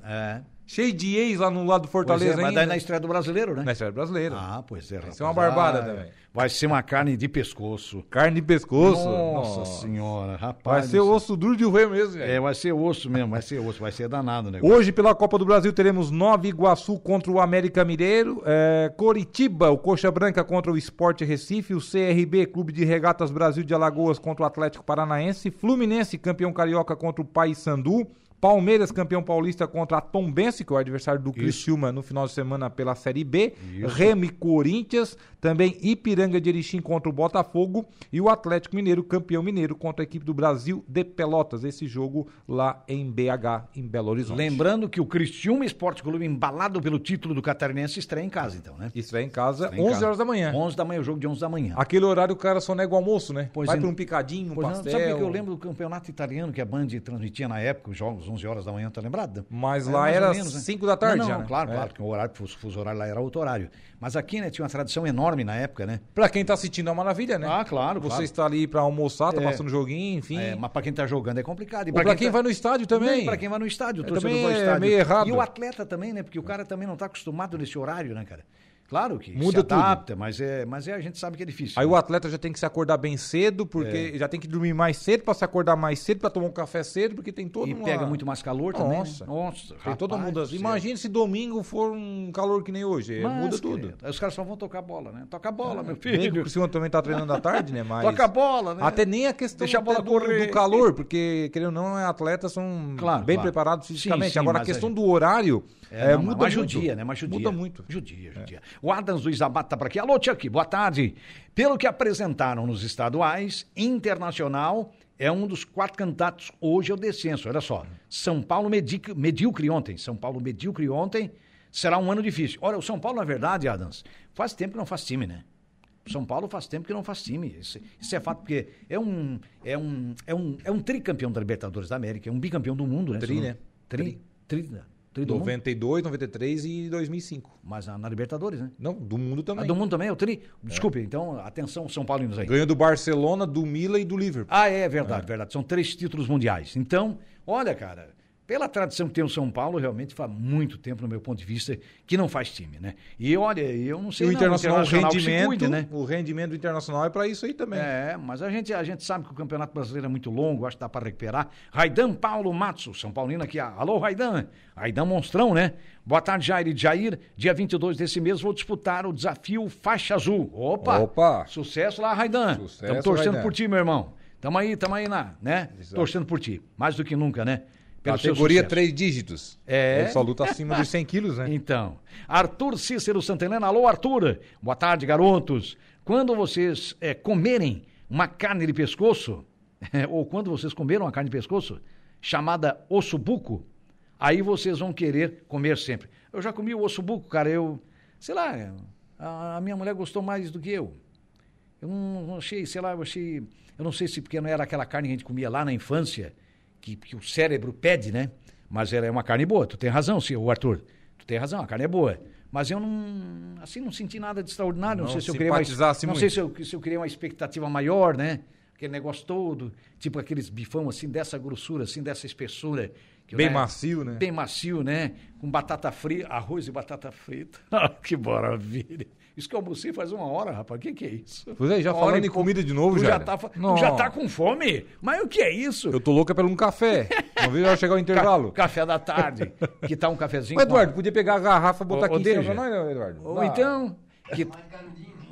[SPEAKER 1] É.
[SPEAKER 2] Cheio de ex lá no lado do
[SPEAKER 1] Pois
[SPEAKER 2] Fortaleza
[SPEAKER 1] é, vai
[SPEAKER 2] ainda.
[SPEAKER 1] dar na estreia do brasileiro, né?
[SPEAKER 2] Na história brasileira.
[SPEAKER 1] Ah, pois é. Vai
[SPEAKER 2] ser uma barbada também.
[SPEAKER 1] Vai ser uma carne de pescoço.
[SPEAKER 2] Carne de pescoço.
[SPEAKER 1] Nossa,
[SPEAKER 2] Nossa.
[SPEAKER 1] senhora, rapaz.
[SPEAKER 2] Vai
[SPEAKER 1] do
[SPEAKER 2] ser
[SPEAKER 1] céu.
[SPEAKER 2] osso duro de roer mesmo, velho.
[SPEAKER 1] É, vai ser osso mesmo, vai ser osso, vai ser danado o negócio.
[SPEAKER 2] Hoje, pela Copa do Brasil, teremos Nova Iguaçu contra o América Mineiro, eh, Coritiba, o Coxa Branca contra o Sport Recife, o CRB, Clube de Regatas Brasil de Alagoas contra o Atlético Paranaense, Fluminense, campeão carioca contra o Paysandu, Palmeiras, campeão paulista contra a Tombense, que é o adversário do Criciúma no final de semana pela Série B, Remo e Corinthians, também Ipiranga de Erechim contra o Botafogo e o Atlético Mineiro, campeão mineiro contra a equipe do Brasil de Pelotas, esse jogo lá em BH, em Belo Horizonte.
[SPEAKER 1] Lembrando que o Cristiúma Esporte Clube, embalado pelo título do Catarinense, estreia em casa, então, né?
[SPEAKER 2] Isso é em casa,
[SPEAKER 1] Estreia em
[SPEAKER 2] 11
[SPEAKER 1] casa.
[SPEAKER 2] horas da manhã.
[SPEAKER 1] 11 da manhã, o jogo de 11 da manhã.
[SPEAKER 2] Aquele horário o cara só nega o almoço, né?
[SPEAKER 1] Pois
[SPEAKER 2] Vai
[SPEAKER 1] é.
[SPEAKER 2] pra um picadinho, um
[SPEAKER 1] Pois não,
[SPEAKER 2] pastel.
[SPEAKER 1] sabe o que eu lembro do campeonato italiano que a Band transmitia na época, os jogos 11 horas da manhã, tá lembrado?
[SPEAKER 2] Mas lá era cinco da tarde
[SPEAKER 1] Não, não,
[SPEAKER 2] já, né?
[SPEAKER 1] claro,
[SPEAKER 2] É.
[SPEAKER 1] claro, porque o horário, o fuso- fuso horário lá era outro horário. Mas aqui, né, tinha uma tradição enorme na época, né?
[SPEAKER 2] Pra quem tá assistindo é uma maravilha, né?
[SPEAKER 1] Ah, claro,
[SPEAKER 2] Você
[SPEAKER 1] claro.
[SPEAKER 2] está ali pra almoçar, tá
[SPEAKER 1] É.
[SPEAKER 2] passando joguinho, enfim.
[SPEAKER 1] É, mas pra quem tá jogando é complicado. E
[SPEAKER 2] Ou pra quem,
[SPEAKER 1] tá-
[SPEAKER 2] vai no estádio também.
[SPEAKER 1] Para quem vai no estádio, o
[SPEAKER 2] É,
[SPEAKER 1] torcedor
[SPEAKER 2] também
[SPEAKER 1] vai ao
[SPEAKER 2] é
[SPEAKER 1] estádio.
[SPEAKER 2] meio errado.
[SPEAKER 1] E o atleta também, né? Porque o cara também não tá acostumado nesse horário, né, cara? Claro que
[SPEAKER 2] Muda
[SPEAKER 1] se adapta, mas é, mas é, a gente sabe que é difícil.
[SPEAKER 2] Aí
[SPEAKER 1] né?
[SPEAKER 2] o atleta já tem que se acordar bem cedo, porque
[SPEAKER 1] É.
[SPEAKER 2] já tem que dormir mais cedo pra se acordar mais cedo, pra tomar um café cedo, porque tem todo
[SPEAKER 1] E
[SPEAKER 2] uma...
[SPEAKER 1] pega muito mais calor também.
[SPEAKER 2] Nossa.
[SPEAKER 1] né? Nossa,
[SPEAKER 2] Tem toda
[SPEAKER 1] rapaz
[SPEAKER 2] mudança.
[SPEAKER 1] do céu.
[SPEAKER 2] Imagina se domingo for um calor que nem hoje. é,
[SPEAKER 1] Mas,
[SPEAKER 2] muda tudo. Ah,
[SPEAKER 1] querido, aí Os caras só vão tocar bola, né? Toca a bola, meu
[SPEAKER 2] Bem que o
[SPEAKER 1] filho.
[SPEAKER 2] Criciúma também tá treinando à tarde, né? Mas...
[SPEAKER 1] Toca a bola, né?
[SPEAKER 2] Até nem a questão
[SPEAKER 1] Deixa a bola
[SPEAKER 2] até do,
[SPEAKER 1] correr.
[SPEAKER 2] do calor, porque, querendo ou não, atletas são
[SPEAKER 1] Claro,
[SPEAKER 2] bem
[SPEAKER 1] claro.
[SPEAKER 2] preparados
[SPEAKER 1] Sim,
[SPEAKER 2] fisicamente.
[SPEAKER 1] sim,
[SPEAKER 2] Agora, a
[SPEAKER 1] mas
[SPEAKER 2] questão
[SPEAKER 1] é-
[SPEAKER 2] do horário é,
[SPEAKER 1] não,
[SPEAKER 2] muda
[SPEAKER 1] mas
[SPEAKER 2] muito.
[SPEAKER 1] judia, né? Mas judia.
[SPEAKER 2] Muda muito. É.
[SPEAKER 1] Judia, judia. O Adams do Isabata tá por aqui. Alô, Chuck, boa tarde. Pelo que apresentaram nos estaduais, Internacional é um dos quatro candidatos hoje ao descenso. Olha só, São Paulo medic- medíocre ontem. São Paulo medíocre ontem. Será um ano difícil. Olha, o São Paulo, na verdade, Adams, faz tempo que não faz time, né? São Paulo faz tempo que não faz time. Isso, isso é fato, porque é um, é, um, é, um, é um tricampeão da Libertadores da América, é um bicampeão do mundo, né?
[SPEAKER 2] Tri, né?
[SPEAKER 1] Tri, tri, né? tri do mundo.
[SPEAKER 2] 92, 93 e 2005.
[SPEAKER 1] Mas na, na Libertadores, né?
[SPEAKER 2] Não, do mundo
[SPEAKER 1] A
[SPEAKER 2] também.
[SPEAKER 1] do mundo também é o tri. Desculpe, então, atenção, São Paulinos aí.
[SPEAKER 2] Ganhou do Barcelona, do Mila e do Liverpool.
[SPEAKER 1] Ah, é verdade, verdade. São três títulos mundiais. Então, olha, cara, pela tradição que tem o São Paulo, realmente faz muito tempo, no meu ponto de vista, que não faz time, né? E olha, eu não sei
[SPEAKER 2] E o
[SPEAKER 1] não,
[SPEAKER 2] Internacional, o
[SPEAKER 1] Internacional que se
[SPEAKER 2] rendimento,
[SPEAKER 1] cuide,
[SPEAKER 2] né? o rendimento do Internacional é pra isso aí também.
[SPEAKER 1] É, mas a gente, a gente sabe que o Campeonato Brasileiro é muito longo, acho que dá para recuperar. Raidan Paulo Matso, São Paulino aqui. ah, Alô, Raidan. Raidan Monstrão, né? Boa tarde, Jair e Jair. Dia 22 desse mês vou disputar o desafio Faixa Azul. Opa!
[SPEAKER 2] Opa!
[SPEAKER 1] Sucesso lá, Raidan.
[SPEAKER 2] Sucesso,
[SPEAKER 1] Estamos torcendo
[SPEAKER 2] Raidan.
[SPEAKER 1] por ti, meu irmão. Tamo aí, tamo aí, na, né? Torcendo por ti. Mais do que nunca, né? Pelo seu
[SPEAKER 2] Categoria
[SPEAKER 1] sucesso.
[SPEAKER 2] três dígitos.
[SPEAKER 1] É.
[SPEAKER 2] Ele só luta acima dos 100 quilos, né?
[SPEAKER 1] Então, Arthur Cícero Santelena, alô Arthur, boa tarde garotos. Quando vocês eh, comerem uma carne de pescoço, é, ou quando vocês comeram uma carne de pescoço, chamada ossobuco, aí vocês vão querer comer sempre. Eu já comi o ossobuco, cara, eu, sei lá, é, a, a minha mulher gostou mais do que eu. Eu não, não achei, sei lá, eu achei, eu não sei se porque não era aquela carne que a gente comia lá na infância, que, que o cérebro pede, né? Mas ela é uma carne boa, tu tem razão, senhor Arthur, tu tem razão, a carne é boa mas eu não assim não senti nada de extraordinário não, não sei se eu queria mais não
[SPEAKER 2] muito.
[SPEAKER 1] sei se eu, se eu queria uma expectativa maior né aquele negócio todo tipo aqueles bifão assim dessa grossura assim dessa espessura
[SPEAKER 2] eu, bem né, macio né
[SPEAKER 1] bem macio né com batata frita arroz e batata frita Ah, que maravilha isso que eu almocei faz uma hora, rapaz. O que, que é isso?
[SPEAKER 2] Pois é, já
[SPEAKER 1] uma
[SPEAKER 2] falando em comida de novo,
[SPEAKER 1] já. Já tá, não. já tá com fome? Mas o que é isso?
[SPEAKER 2] Eu tô louca pelo um café. Uma vez eu chegar o intervalo.
[SPEAKER 1] Ca café da tarde. Que tá um cafezinho.
[SPEAKER 2] Mas, Eduardo, com... podia pegar a garrafa e botar ô, aqui
[SPEAKER 1] em cima. Não, Eduardo. Ou então. Que...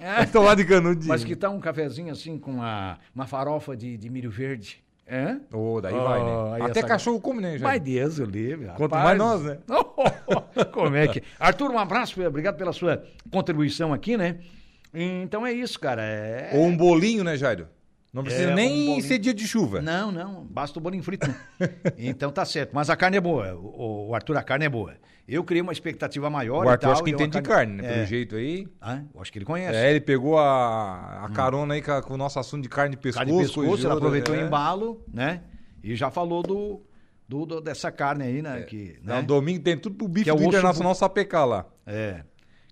[SPEAKER 2] É. Tô lá de canudinho.
[SPEAKER 1] Mas que tá um cafezinho assim com a, uma farofa de, de milho verde. É?
[SPEAKER 2] Oh, daí oh, vai, né? Até essa... cachorro come, né, gente?
[SPEAKER 1] Mas Deus o livre, rapaz.
[SPEAKER 2] Quanto mais nós, né?
[SPEAKER 1] Como é que... Arthur, um abraço, obrigado pela sua contribuição aqui, né? Então é isso, cara. É...
[SPEAKER 2] Ou um bolinho, né, Jairo? Não precisa é, nem um ser dia de chuva.
[SPEAKER 1] Não, não. Basta o bolinho frito. né? então tá certo. Mas a carne é boa. O, o Arthur, a carne é boa. Eu criei uma expectativa maior.
[SPEAKER 2] O Arthur
[SPEAKER 1] tal,
[SPEAKER 2] acho que entende de carne, né? É. Pelo jeito aí.
[SPEAKER 1] Ah, acho que ele conhece.
[SPEAKER 2] É, ele pegou a, a carona aí com, a, com, o nosso assunto de carne de pescoço. Carne de
[SPEAKER 1] pescoço, ele aproveitou
[SPEAKER 2] né?
[SPEAKER 1] é. o embalo, né? E já falou do, do, do dessa carne aí, né? É. Que, né?
[SPEAKER 2] Não, um domingo tem tudo pro bife é do Internacional bu... Sapecar lá.
[SPEAKER 1] É.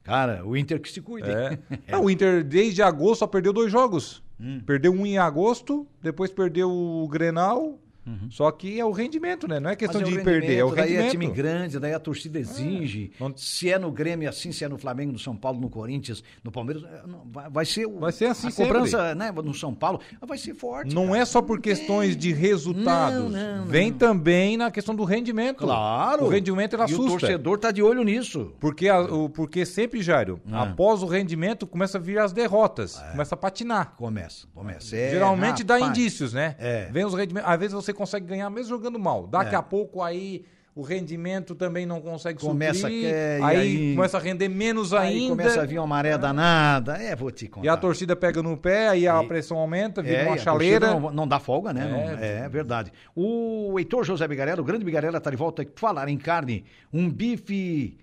[SPEAKER 1] Cara, o Inter que se cuide.
[SPEAKER 2] É. Não, o Inter desde agosto só perdeu dois jogos. Hum. Perdeu um em agosto, depois perdeu o Grenal, Uhum. Só que é o rendimento, né? Não é questão é de perder, é o
[SPEAKER 1] daí
[SPEAKER 2] rendimento. Daí é
[SPEAKER 1] time grande, daí a torcida exige. Ah, não... Se é no Grêmio assim, se é no Flamengo, no São Paulo, no Corinthians, no Palmeiras, é, vai, vai ser o,
[SPEAKER 2] vai ser assim
[SPEAKER 1] a cobrança, sempre. né? No São Paulo, vai ser forte.
[SPEAKER 2] Não cara. é só por questões de resultados. Não, não, Vem também na questão do rendimento.
[SPEAKER 1] Claro.
[SPEAKER 2] O rendimento ele assusta.
[SPEAKER 1] E o torcedor tá de olho nisso.
[SPEAKER 2] Porque, a, o, porque sempre, Jairo, ah. após o rendimento, começa a vir as derrotas, é. começa a patinar.
[SPEAKER 1] Começa, começa.
[SPEAKER 2] É, Geralmente dá rapaz. indícios, né?
[SPEAKER 1] É.
[SPEAKER 2] Vem os rendimentos. Às vezes você consegue ganhar mesmo jogando mal. Daqui é. a pouco aí o rendimento também não consegue
[SPEAKER 1] começa
[SPEAKER 2] subir.
[SPEAKER 1] É,
[SPEAKER 2] aí, aí, começa a render menos
[SPEAKER 1] aí
[SPEAKER 2] ainda.
[SPEAKER 1] começa a vir uma maré danada. É, vou te contar.
[SPEAKER 2] E a torcida pega no pé, aí a e... pressão aumenta, vira é, uma chaleira.
[SPEAKER 1] Não, não, dá folga, né? É, não, é verdade. O Heitor José Bigarella, o grande Bigarella, está de volta aqui. Falar em carne, um bife...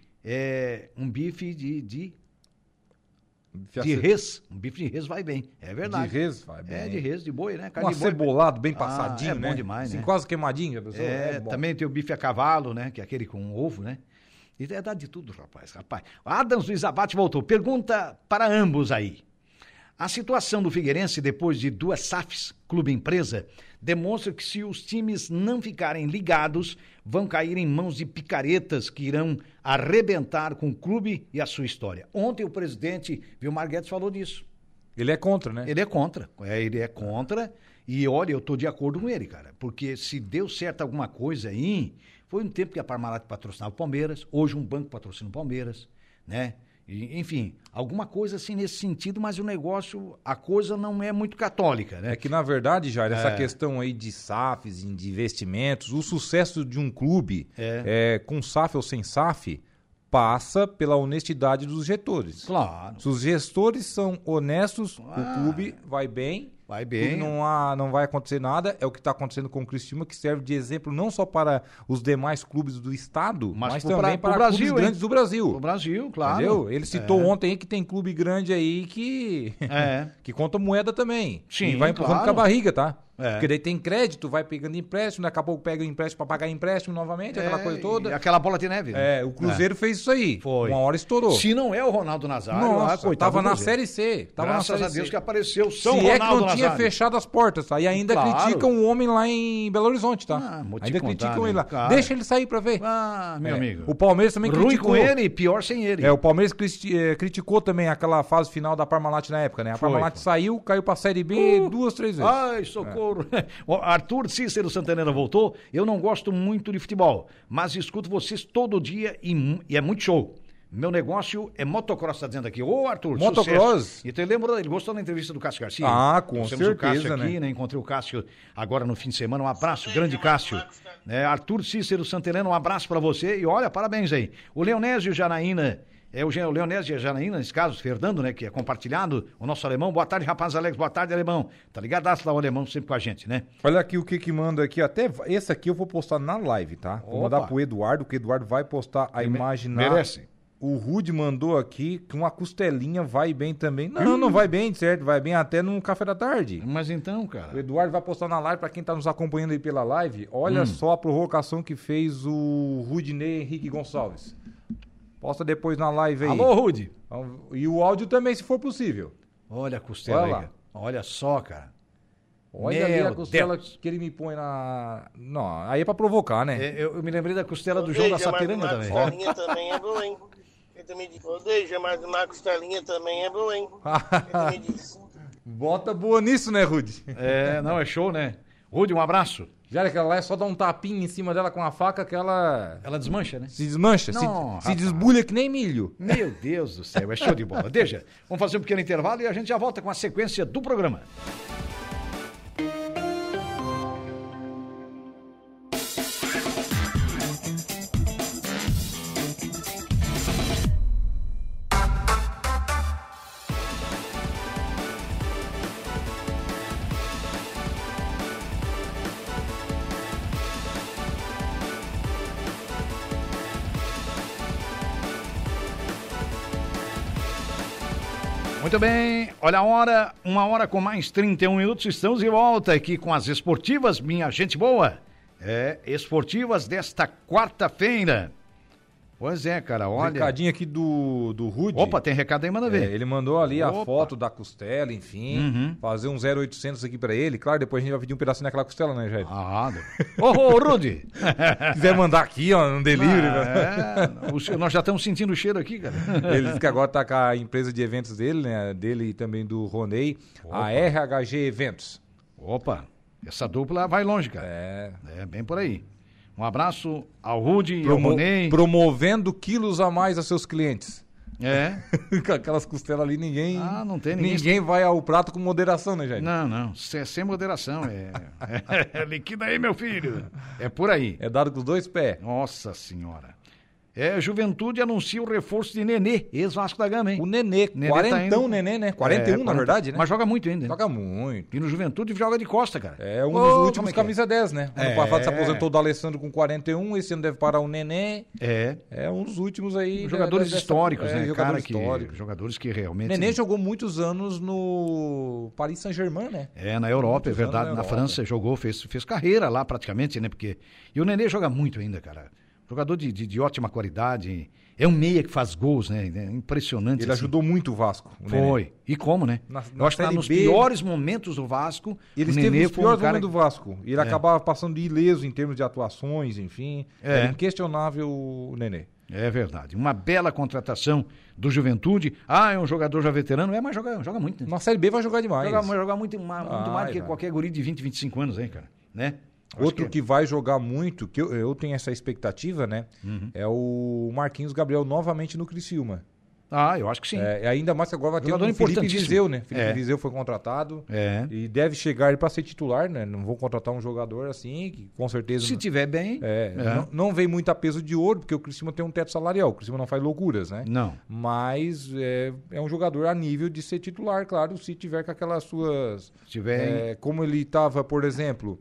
[SPEAKER 1] um bife de, de... De res, um bife de res vai bem, é verdade.
[SPEAKER 2] De res vai bem.
[SPEAKER 1] É, de res, de boi, né?
[SPEAKER 2] Carne Uma de boi, cebolado, bem passadinho, ah,
[SPEAKER 1] é
[SPEAKER 2] né?
[SPEAKER 1] bom demais,
[SPEAKER 2] assim,
[SPEAKER 1] né?
[SPEAKER 2] quase queimadinho. A pessoa,
[SPEAKER 1] é, é também tem o bife a cavalo, né? Que é aquele com ovo, né? E é dá de tudo, rapaz, rapaz. Adams Luiz Abate voltou. Pergunta para ambos aí. A situação do Figueirense depois de duas SAFs, clube empresa, demonstra que se os times não ficarem ligados, vão cair em mãos de picaretas que irão arrebentar com o clube e a sua história. Ontem o presidente Vilmar Guedes falou disso.
[SPEAKER 2] Ele é contra, né?
[SPEAKER 1] Ele é contra. É, ele é contra. E olha, eu estou de acordo com ele, cara. Porque se deu certo alguma coisa aí, foi um tempo que a Parmalat patrocinava o Palmeiras, hoje um banco patrocina o Palmeiras, né? enfim, alguma coisa assim nesse sentido, mas o negócio, a coisa não é muito católica, né?
[SPEAKER 2] É que na verdade, Jair, é. essa questão aí de SAFs, de investimentos, o sucesso de um clube é. É, com SAF ou sem SAF passa pela honestidade dos gestores.
[SPEAKER 1] Claro.
[SPEAKER 2] Se os gestores são honestos, ah. o clube vai bem.
[SPEAKER 1] Vai bem.
[SPEAKER 2] Não, há, não vai acontecer nada. É o que está acontecendo com o Cristiúma, que serve de exemplo não só para os demais clubes do Estado, mas, mas também pra, para Brasil, clubes grandes hein? do Brasil.
[SPEAKER 1] O Brasil, claro.
[SPEAKER 2] Entendeu? Ele citou é. ontem aí que tem clube grande aí que,
[SPEAKER 1] é.
[SPEAKER 2] que conta moeda também.
[SPEAKER 1] Sim,
[SPEAKER 2] e vai empurrando
[SPEAKER 1] claro.
[SPEAKER 2] com a barriga, tá? É. Porque daí tem crédito, vai pegando empréstimo, daqui a pouco pega o empréstimo para pagar empréstimo novamente,
[SPEAKER 1] É,
[SPEAKER 2] aquela coisa toda.
[SPEAKER 1] Aquela bola de neve.
[SPEAKER 2] Né? É, o Cruzeiro fez isso aí.
[SPEAKER 1] Foi.
[SPEAKER 2] Uma hora estourou.
[SPEAKER 1] Se não é o Ronaldo Nazário, ah,
[SPEAKER 2] Nossa, lá, coitado, tava na Série C. Tava
[SPEAKER 1] Graças
[SPEAKER 2] na série
[SPEAKER 1] a Deus
[SPEAKER 2] C.
[SPEAKER 1] que apareceu São
[SPEAKER 2] Se
[SPEAKER 1] Ronaldo
[SPEAKER 2] é que não tinha Nazário. fechado as portas, tá? E ainda claro. criticam o homem lá em Belo Horizonte, tá?
[SPEAKER 1] Ah, vou te
[SPEAKER 2] ainda
[SPEAKER 1] contar,
[SPEAKER 2] criticam
[SPEAKER 1] né?
[SPEAKER 2] ele lá.
[SPEAKER 1] Cara.
[SPEAKER 2] Deixa ele sair para ver.
[SPEAKER 1] Ah, meu
[SPEAKER 2] é.
[SPEAKER 1] amigo.
[SPEAKER 2] O Palmeiras também
[SPEAKER 1] Ruim
[SPEAKER 2] criticou.
[SPEAKER 1] com ele e pior sem ele.
[SPEAKER 2] É, o Palmeiras criticou também aquela fase final da Parmalat na época, né? A Parmalat saiu, caiu para Série
[SPEAKER 1] Uh,
[SPEAKER 2] B duas, três vezes.
[SPEAKER 1] Ai, socorro.
[SPEAKER 2] É.
[SPEAKER 1] Arthur Cícero Santanera voltou. Eu não gosto muito de futebol, mas escuto vocês todo dia e, e é muito show. Meu negócio é motocross, tá dizendo aqui. Ô, Arthur,
[SPEAKER 2] Motocross?
[SPEAKER 1] Sucesso. E tu lembra, ele gostou da entrevista do Cássio Garcia?
[SPEAKER 2] Ah, com
[SPEAKER 1] Nós
[SPEAKER 2] certeza,
[SPEAKER 1] o Cássio aqui, né? Encontrei o Cássio agora no fim de semana. Um abraço, grande Cássio. É, Arthur Cícero Santelena, um abraço para você. E olha, parabéns aí. O Leonésio Janaína É o Gen- o Leonés de Janaína, nesse caso, Fernando, né? Que é compartilhado, o nosso alemão. Boa tarde, rapaz Alex. Boa tarde, alemão. Tá ligado? lá o alemão sempre com a gente, né?
[SPEAKER 2] Olha aqui o que que manda aqui. Até va- esse aqui eu vou postar na live, tá? Vou
[SPEAKER 1] Opa.
[SPEAKER 2] mandar pro Eduardo, que o Eduardo vai postar a
[SPEAKER 1] me-
[SPEAKER 2] imagem na...
[SPEAKER 1] merece.
[SPEAKER 2] O Rude mandou aqui que uma costelinha vai bem também. Não, não vai bem, certo? Vai bem até no café da tarde.
[SPEAKER 1] Mas então,
[SPEAKER 2] O
[SPEAKER 1] cara.
[SPEAKER 2] Eduardo vai postar na live, pra quem tá nos acompanhando aí pela live, olha
[SPEAKER 1] Hum.
[SPEAKER 2] só a provocação que fez o Rudinei Henrique Gonçalves. Posta depois na live aí.
[SPEAKER 1] Alô, Rude.
[SPEAKER 2] E o áudio também, se for possível.
[SPEAKER 1] Olha a costela Olha
[SPEAKER 2] Olha lá.
[SPEAKER 1] aí. cara. Olha só, cara.
[SPEAKER 2] Olha
[SPEAKER 1] Meu
[SPEAKER 2] ali a costela
[SPEAKER 1] Deus.
[SPEAKER 2] que ele me põe na. Não, aí é pra provocar, né?
[SPEAKER 1] É, eu, eu me lembrei da costela do João da
[SPEAKER 3] é
[SPEAKER 1] Sapiranga também.
[SPEAKER 3] Marcos Telinha também é bom, hein? Ele também disse. Ô, Deja, mas o Marcos Telinha também é bom, hein? Ele também disse.
[SPEAKER 2] Bota boa nisso, né, Rude?
[SPEAKER 1] É, não, é show, né? Rude, um abraço.
[SPEAKER 2] Já que ela lá é só dar um tapinha em cima dela com a faca que ela
[SPEAKER 1] Ela desmancha, né?
[SPEAKER 2] se desmancha, se-
[SPEAKER 1] Não,
[SPEAKER 2] se,
[SPEAKER 1] rapaz.
[SPEAKER 2] desbulha que nem milho.
[SPEAKER 1] Meu Deus do céu, é show de bola. Deixa, vamos fazer um pequeno intervalo e a gente já volta com a sequência do programa. Muito bem, olha a hora, uma hora com mais 31 minutos, estamos de volta aqui com as esportivas, minha gente boa. É, esportivas desta quarta-feira. Pois é, cara, olha.
[SPEAKER 2] Recadinho aqui do, do Rude.
[SPEAKER 1] Opa, tem recado aí, manda
[SPEAKER 2] É,
[SPEAKER 1] ver.
[SPEAKER 2] ele mandou ali a
[SPEAKER 1] Opa. Uhum.
[SPEAKER 2] foto da costela, enfim. Fazer um 0800 aqui pra ele. Claro, depois a gente vai pedir um pedacinho daquela costela, né, Jair?
[SPEAKER 1] Ah, do- ô, ô, Rude!
[SPEAKER 2] Se quiser mandar aqui, ó, um delivery. né?
[SPEAKER 1] É, o seu- nós já estamos sentindo o cheiro aqui, cara.
[SPEAKER 2] Ele disse que agora tá com a empresa de eventos dele, né? Dele e também do Ronei, a RHG Eventos.
[SPEAKER 1] Opa, essa dupla vai longe, cara.
[SPEAKER 2] É.
[SPEAKER 1] É, bem por aí. Um abraço ao Rude, ao
[SPEAKER 2] Promo-
[SPEAKER 1] Monem.
[SPEAKER 2] promovendo quilos a mais a seus clientes.
[SPEAKER 1] É.
[SPEAKER 2] com aquelas costelas ali, ninguém.
[SPEAKER 1] Ah, não tem ninguém.
[SPEAKER 2] vai ao prato com moderação, né, Jair?
[SPEAKER 1] Não, não. se- sem moderação. É... é liquida aí, meu filho. É por aí.
[SPEAKER 2] É dado com os dois pés.
[SPEAKER 1] Nossa Senhora. É, Juventude anuncia o reforço de Nenê, ex-Vasco da Gama, hein?
[SPEAKER 2] O Nenê,
[SPEAKER 1] Nenê tá
[SPEAKER 2] quarentão
[SPEAKER 1] indo-
[SPEAKER 2] Nenê, né?
[SPEAKER 1] É,
[SPEAKER 2] 41, na
[SPEAKER 1] 40.
[SPEAKER 2] verdade, né?
[SPEAKER 1] Mas joga muito ainda. né?
[SPEAKER 2] Joga muito.
[SPEAKER 1] E no Juventude joga de costa, cara.
[SPEAKER 2] É um
[SPEAKER 1] Ô,
[SPEAKER 2] dos
[SPEAKER 1] como
[SPEAKER 2] últimos
[SPEAKER 1] é que é?
[SPEAKER 2] camisa 10, né? Ano
[SPEAKER 1] É.
[SPEAKER 2] passado se aposentou do Alessandro com 41, esse ano deve parar o Nenê.
[SPEAKER 1] É.
[SPEAKER 2] É um dos últimos aí. da-
[SPEAKER 1] Jogadores
[SPEAKER 2] dessa-
[SPEAKER 1] históricos,
[SPEAKER 2] é,
[SPEAKER 1] né?
[SPEAKER 2] Jogador
[SPEAKER 1] cara
[SPEAKER 2] histórico.
[SPEAKER 1] que assim. jogadores que realmente
[SPEAKER 2] Nenê jogou muitos anos no Paris Saint-Germain, né?
[SPEAKER 1] É, na Europa, é
[SPEAKER 2] Muitos anos
[SPEAKER 1] verdade.
[SPEAKER 2] na
[SPEAKER 1] Na,
[SPEAKER 2] Europa.
[SPEAKER 1] França jogou, fez, fez carreira lá praticamente, né? Porque. E o Nenê joga muito ainda, cara. Jogador de, de, de ótima qualidade. É um meia que faz gols, né? É Impressionante.
[SPEAKER 2] Ele
[SPEAKER 1] assim.
[SPEAKER 2] ajudou muito o Vasco. o Nenê.
[SPEAKER 1] Foi. E como, né?
[SPEAKER 2] Na- na
[SPEAKER 1] Eu acho que tá
[SPEAKER 2] Série
[SPEAKER 1] nos
[SPEAKER 2] B.
[SPEAKER 1] piores momentos do Vasco. o
[SPEAKER 2] Ele esteve
[SPEAKER 1] Nenê
[SPEAKER 2] nos
[SPEAKER 1] foi
[SPEAKER 2] piores
[SPEAKER 1] um cara...
[SPEAKER 2] momentos do Vasco. Ele acabava passando de ileso em termos de atuações, enfim.
[SPEAKER 1] É.
[SPEAKER 2] Era inquestionável o Nenê.
[SPEAKER 1] É verdade. Uma bela contratação do Juventude. Ah, é um jogador já veterano. É, mas joga, joga muito, né?
[SPEAKER 2] Na Série B vai jogar demais.
[SPEAKER 1] Joga, joga muito, ma-
[SPEAKER 2] Ah,
[SPEAKER 1] muito mais do que
[SPEAKER 2] Vai, vai.
[SPEAKER 1] qualquer guri de 20, 25 anos, hein, cara? Né? Acho
[SPEAKER 2] Outro que... é. vai jogar muito, que eu, eu tenho essa expectativa, né?
[SPEAKER 1] Uhum.
[SPEAKER 2] É o Marquinhos Gabriel novamente no Criciúma.
[SPEAKER 1] Ah, eu acho que sim.
[SPEAKER 2] É, ainda mais que agora vai ter
[SPEAKER 1] Jogador
[SPEAKER 2] o Felipe
[SPEAKER 1] importantíssimo.
[SPEAKER 2] Viseu, né? Felipe
[SPEAKER 1] É.
[SPEAKER 2] Viseu foi contratado.
[SPEAKER 1] É.
[SPEAKER 2] E deve chegar para ser titular, né? Não vou contratar um jogador assim, que com certeza.
[SPEAKER 1] Se
[SPEAKER 2] não-
[SPEAKER 1] tiver bem.
[SPEAKER 2] É,
[SPEAKER 1] é.
[SPEAKER 2] Não, não vem muito a peso de ouro, porque o Criciúma tem um teto salarial. O Criciúma não faz loucuras, né?
[SPEAKER 1] Não.
[SPEAKER 2] Mas é, é um jogador a nível de ser titular, claro, se tiver com aquelas suas.
[SPEAKER 1] Se tiver-
[SPEAKER 2] é, como ele estava, por exemplo,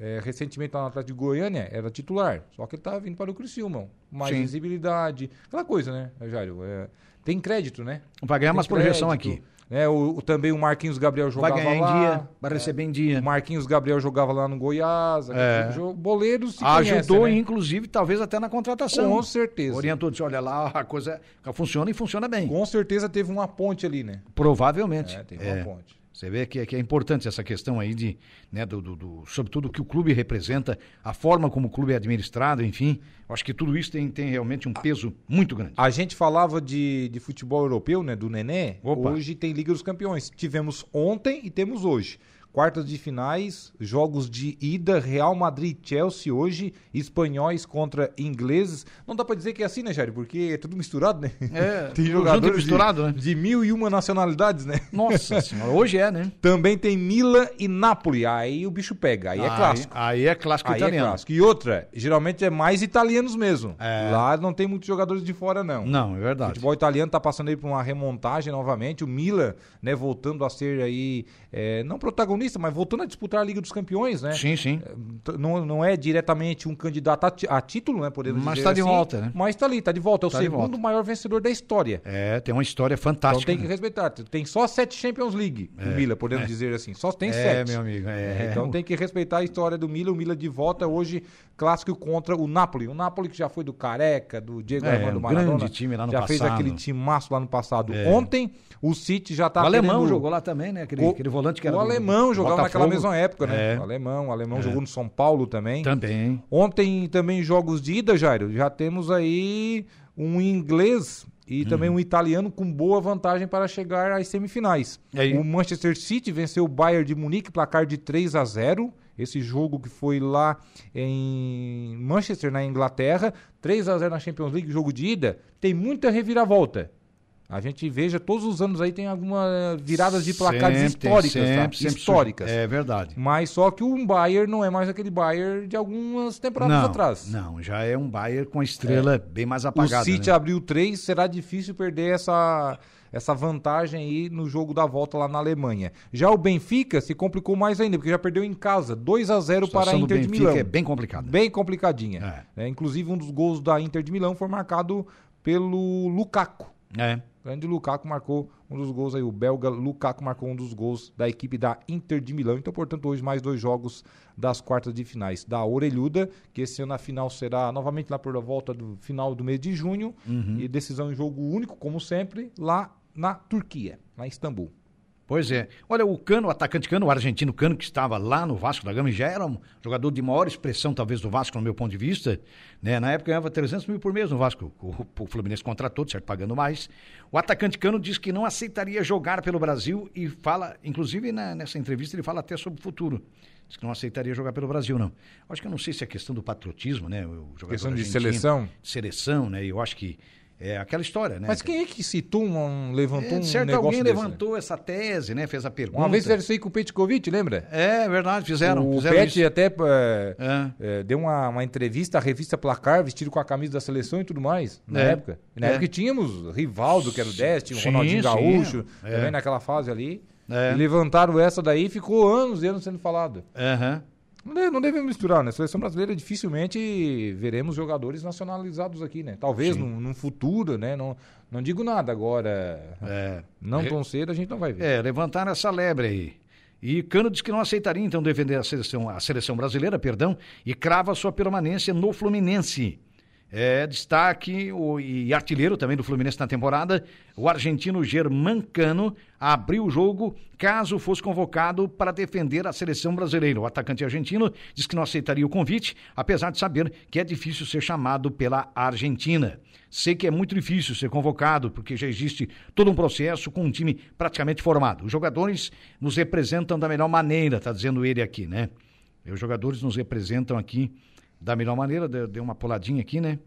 [SPEAKER 2] é, recentemente lá no Atlético de Goiânia, era titular. Só que ele estava vindo para o Criciúma. Mais
[SPEAKER 1] Sim.
[SPEAKER 2] visibilidade. Aquela coisa, né, Jairo? É, tem crédito, né?
[SPEAKER 1] Vai ganhar
[SPEAKER 2] Tem
[SPEAKER 1] umas projeção
[SPEAKER 2] crédito.
[SPEAKER 1] aqui.
[SPEAKER 2] É, o, o- também o Marquinhos Gabriel
[SPEAKER 1] Vai
[SPEAKER 2] jogava
[SPEAKER 1] ganhar em
[SPEAKER 2] lá. é,
[SPEAKER 1] dia, vai receber em dia.
[SPEAKER 2] O Marquinhos Gabriel jogava lá no Goiás.
[SPEAKER 1] É.
[SPEAKER 2] aquele tipo jogo. Boleiro se
[SPEAKER 1] Ajudou,
[SPEAKER 2] conhece, né?
[SPEAKER 1] inclusive, talvez até na contratação.
[SPEAKER 2] Com certeza.
[SPEAKER 1] Orientou, disse, olha lá, a coisa funciona e funciona bem.
[SPEAKER 2] Com certeza teve uma ponte ali, né?
[SPEAKER 1] Provavelmente.
[SPEAKER 2] É, teve
[SPEAKER 1] É.
[SPEAKER 2] uma ponte.
[SPEAKER 1] Você vê que, que é importante essa questão aí de, né, do, do, do- sobretudo o que o clube representa, a forma como o clube é administrado, enfim. Eu Acho que tudo isso tem, tem realmente um peso muito grande.
[SPEAKER 2] A gente falava de, de futebol europeu, né? Do Nenê.
[SPEAKER 1] Opa.
[SPEAKER 2] Hoje tem Liga dos Campeões. Tivemos ontem e temos hoje. Quartas de finais, jogos de ida, Real Madrid, Chelsea hoje, espanhóis contra ingleses. Não dá pra dizer que é assim, né, Jair? Porque é tudo misturado, né?
[SPEAKER 1] É, tudo
[SPEAKER 2] tem
[SPEAKER 1] junto e
[SPEAKER 2] jogadores
[SPEAKER 1] misturado, né?
[SPEAKER 2] de, de mil e uma nacionalidades, né?
[SPEAKER 1] Nossa senhora, hoje é, né?
[SPEAKER 2] Também tem Milan e Nápoles. Aí o bicho pega, aí é clássico.
[SPEAKER 1] Aí é clássico
[SPEAKER 2] Aí
[SPEAKER 1] italiano.
[SPEAKER 2] é clássico. E outra, geralmente é mais italianos mesmo.
[SPEAKER 1] É.
[SPEAKER 2] Lá não tem muitos jogadores de fora, não.
[SPEAKER 1] Não, é
[SPEAKER 2] O
[SPEAKER 1] verdade.
[SPEAKER 2] futebol italiano tá passando aí por uma remontagem novamente. O Milan, né, voltando a ser aí, é, não protagonista, mas voltando a disputar a Liga dos Campeões, né?
[SPEAKER 1] Sim, sim.
[SPEAKER 2] T- Não, não é diretamente um candidato a, ti- a título, né? Podemos
[SPEAKER 1] Mas
[SPEAKER 2] dizer
[SPEAKER 1] tá de
[SPEAKER 2] assim,
[SPEAKER 1] volta, né?
[SPEAKER 2] Mas tá ali, tá de volta. É o
[SPEAKER 1] Tá de volta.
[SPEAKER 2] segundo maior vencedor da história.
[SPEAKER 1] É, tem uma história
[SPEAKER 2] Então
[SPEAKER 1] fantástica.
[SPEAKER 2] tem que respeitar. Tem só sete Champions League, o Milan, podemos dizer assim. Só tem
[SPEAKER 1] É,
[SPEAKER 2] sete.
[SPEAKER 1] meu amigo, é.
[SPEAKER 2] Então tem que respeitar a história do Milan. O Milan de volta hoje, clássico contra o Napoli. O Napoli que já foi do Careca, do Diego
[SPEAKER 1] É,
[SPEAKER 2] Armando
[SPEAKER 1] um
[SPEAKER 2] Maradona.
[SPEAKER 1] grande time lá no
[SPEAKER 2] já fez
[SPEAKER 1] passado.
[SPEAKER 2] aquele timaço lá no passado.
[SPEAKER 1] É.
[SPEAKER 2] Ontem, o City já tá
[SPEAKER 1] O alemão
[SPEAKER 2] querendo-
[SPEAKER 1] jogou lá também, né? Aquele,
[SPEAKER 2] O-
[SPEAKER 1] aquele volante que era
[SPEAKER 2] O
[SPEAKER 1] do-
[SPEAKER 2] alemão
[SPEAKER 1] do
[SPEAKER 2] jogava naquela
[SPEAKER 1] Botafogo.
[SPEAKER 2] mesma época, né?
[SPEAKER 1] É,
[SPEAKER 2] O alemão, o alemão jogou no São Paulo também.
[SPEAKER 1] Também.
[SPEAKER 2] Ontem também jogos de ida, Jairo. Já temos aí um inglês e
[SPEAKER 1] Hum.
[SPEAKER 2] também um italiano com boa vantagem para chegar às semifinais.
[SPEAKER 1] E aí?
[SPEAKER 2] O Manchester City venceu o Bayern de Munique, placar de 3 a 0. Esse jogo que foi lá em Manchester, na Inglaterra, 3 a 0 na Champions League, jogo de ida, tem muita reviravolta. A gente veja, todos os anos aí tem algumas viradas de placares
[SPEAKER 1] Sempre,
[SPEAKER 2] históricas, tá?
[SPEAKER 1] sempre, sempre
[SPEAKER 2] históricas.
[SPEAKER 1] surge- É verdade.
[SPEAKER 2] Mas só que o Bayern não é mais aquele Bayern de algumas temporadas
[SPEAKER 1] não,
[SPEAKER 2] atrás. É.
[SPEAKER 1] não, já é um Bayern com a estrela bem mais apagada.
[SPEAKER 2] o City
[SPEAKER 1] né?
[SPEAKER 2] abriu três, será difícil perder essa, essa vantagem aí no jogo da volta lá na Alemanha. Já o Benfica se complicou mais ainda, porque já perdeu em casa, 2 a 0 para a
[SPEAKER 1] situação do
[SPEAKER 2] Inter de
[SPEAKER 1] Benfica
[SPEAKER 2] Milão.
[SPEAKER 1] é bem complicada.
[SPEAKER 2] Bem complicadinha. É, inclusive um dos gols da Inter de Milão foi marcado pelo Lukaku.
[SPEAKER 1] É.
[SPEAKER 2] O grande Lukaku marcou um dos gols aí, o belga Lukaku marcou um dos gols da equipe da Inter de Milão. Então, portanto, hoje mais dois jogos das quartas de finais da Orelhuda, que esse ano a final será novamente lá por volta do final do mês de junho
[SPEAKER 1] Uhum.
[SPEAKER 2] e decisão em jogo único, como sempre, lá na Turquia, lá em Istambul.
[SPEAKER 1] Pois é. Olha, o Cano, o atacante Cano, o argentino Cano, que estava lá no Vasco da Gama, e já era um jogador de maior expressão, talvez, do Vasco, no meu ponto de vista. Né? Na época ganhava 300 mil por mês no Vasco. O, o Fluminense contratou, certo, pagando mais. O atacante Cano diz que não aceitaria jogar pelo Brasil e fala, inclusive na- nessa entrevista, ele fala até sobre o futuro. Diz que não aceitaria jogar pelo Brasil, não. Acho que eu não sei se é questão do patriotismo, né? O jogador
[SPEAKER 2] Questão de
[SPEAKER 1] argentino,
[SPEAKER 2] seleção?
[SPEAKER 1] de seleção, né? Eu acho que é aquela história, né?
[SPEAKER 2] Mas quem é que citou, um, levantou
[SPEAKER 1] É,
[SPEAKER 2] um
[SPEAKER 1] certo,
[SPEAKER 2] negócio
[SPEAKER 1] alguém
[SPEAKER 2] desse, né?
[SPEAKER 1] levantou essa tese, né? Fez a pergunta.
[SPEAKER 2] Uma vez fizeram isso aí com o Petkovic, lembra?
[SPEAKER 1] É verdade, fizeram.
[SPEAKER 2] o
[SPEAKER 1] fizeram
[SPEAKER 2] Pet
[SPEAKER 1] isso.
[SPEAKER 2] até é,
[SPEAKER 1] É.
[SPEAKER 2] é, deu uma, uma entrevista à revista Placar, vestido com a camisa da seleção e tudo mais, na
[SPEAKER 1] É.
[SPEAKER 2] época. E na
[SPEAKER 1] É.
[SPEAKER 2] época tínhamos Rivaldo, que era o 10, tinha o
[SPEAKER 1] Sim,
[SPEAKER 2] Ronaldinho
[SPEAKER 1] sim,
[SPEAKER 2] Gaúcho,
[SPEAKER 1] é.
[SPEAKER 2] também naquela fase ali.
[SPEAKER 1] É.
[SPEAKER 2] E levantaram essa daí e ficou anos e anos sendo falado.
[SPEAKER 1] Aham.
[SPEAKER 2] Não, deve- não devemos misturar, né? Seleção brasileira dificilmente veremos jogadores nacionalizados aqui, né? Talvez num, num futuro, né? Não, não digo nada agora.
[SPEAKER 1] É.
[SPEAKER 2] Não tão cedo a gente não vai ver.
[SPEAKER 1] É, levantaram essa lebre aí. E Cano diz que não aceitaria, então, defender a seleção, a seleção brasileira, perdão, e crava sua permanência no Fluminense. É, destaque o, e artilheiro também do Fluminense na temporada, o argentino Germán Cano abriu o jogo caso fosse convocado para defender a seleção brasileira. O atacante argentino diz que não aceitaria o convite, apesar de saber que é difícil ser chamado pela Argentina. Sei que é muito difícil ser convocado, porque já existe todo um processo com um time praticamente formado. Os jogadores nos representam da melhor maneira, está dizendo ele aqui, né? E Os jogadores nos representam aqui da melhor maneira, deu deu uma puladinha aqui, né?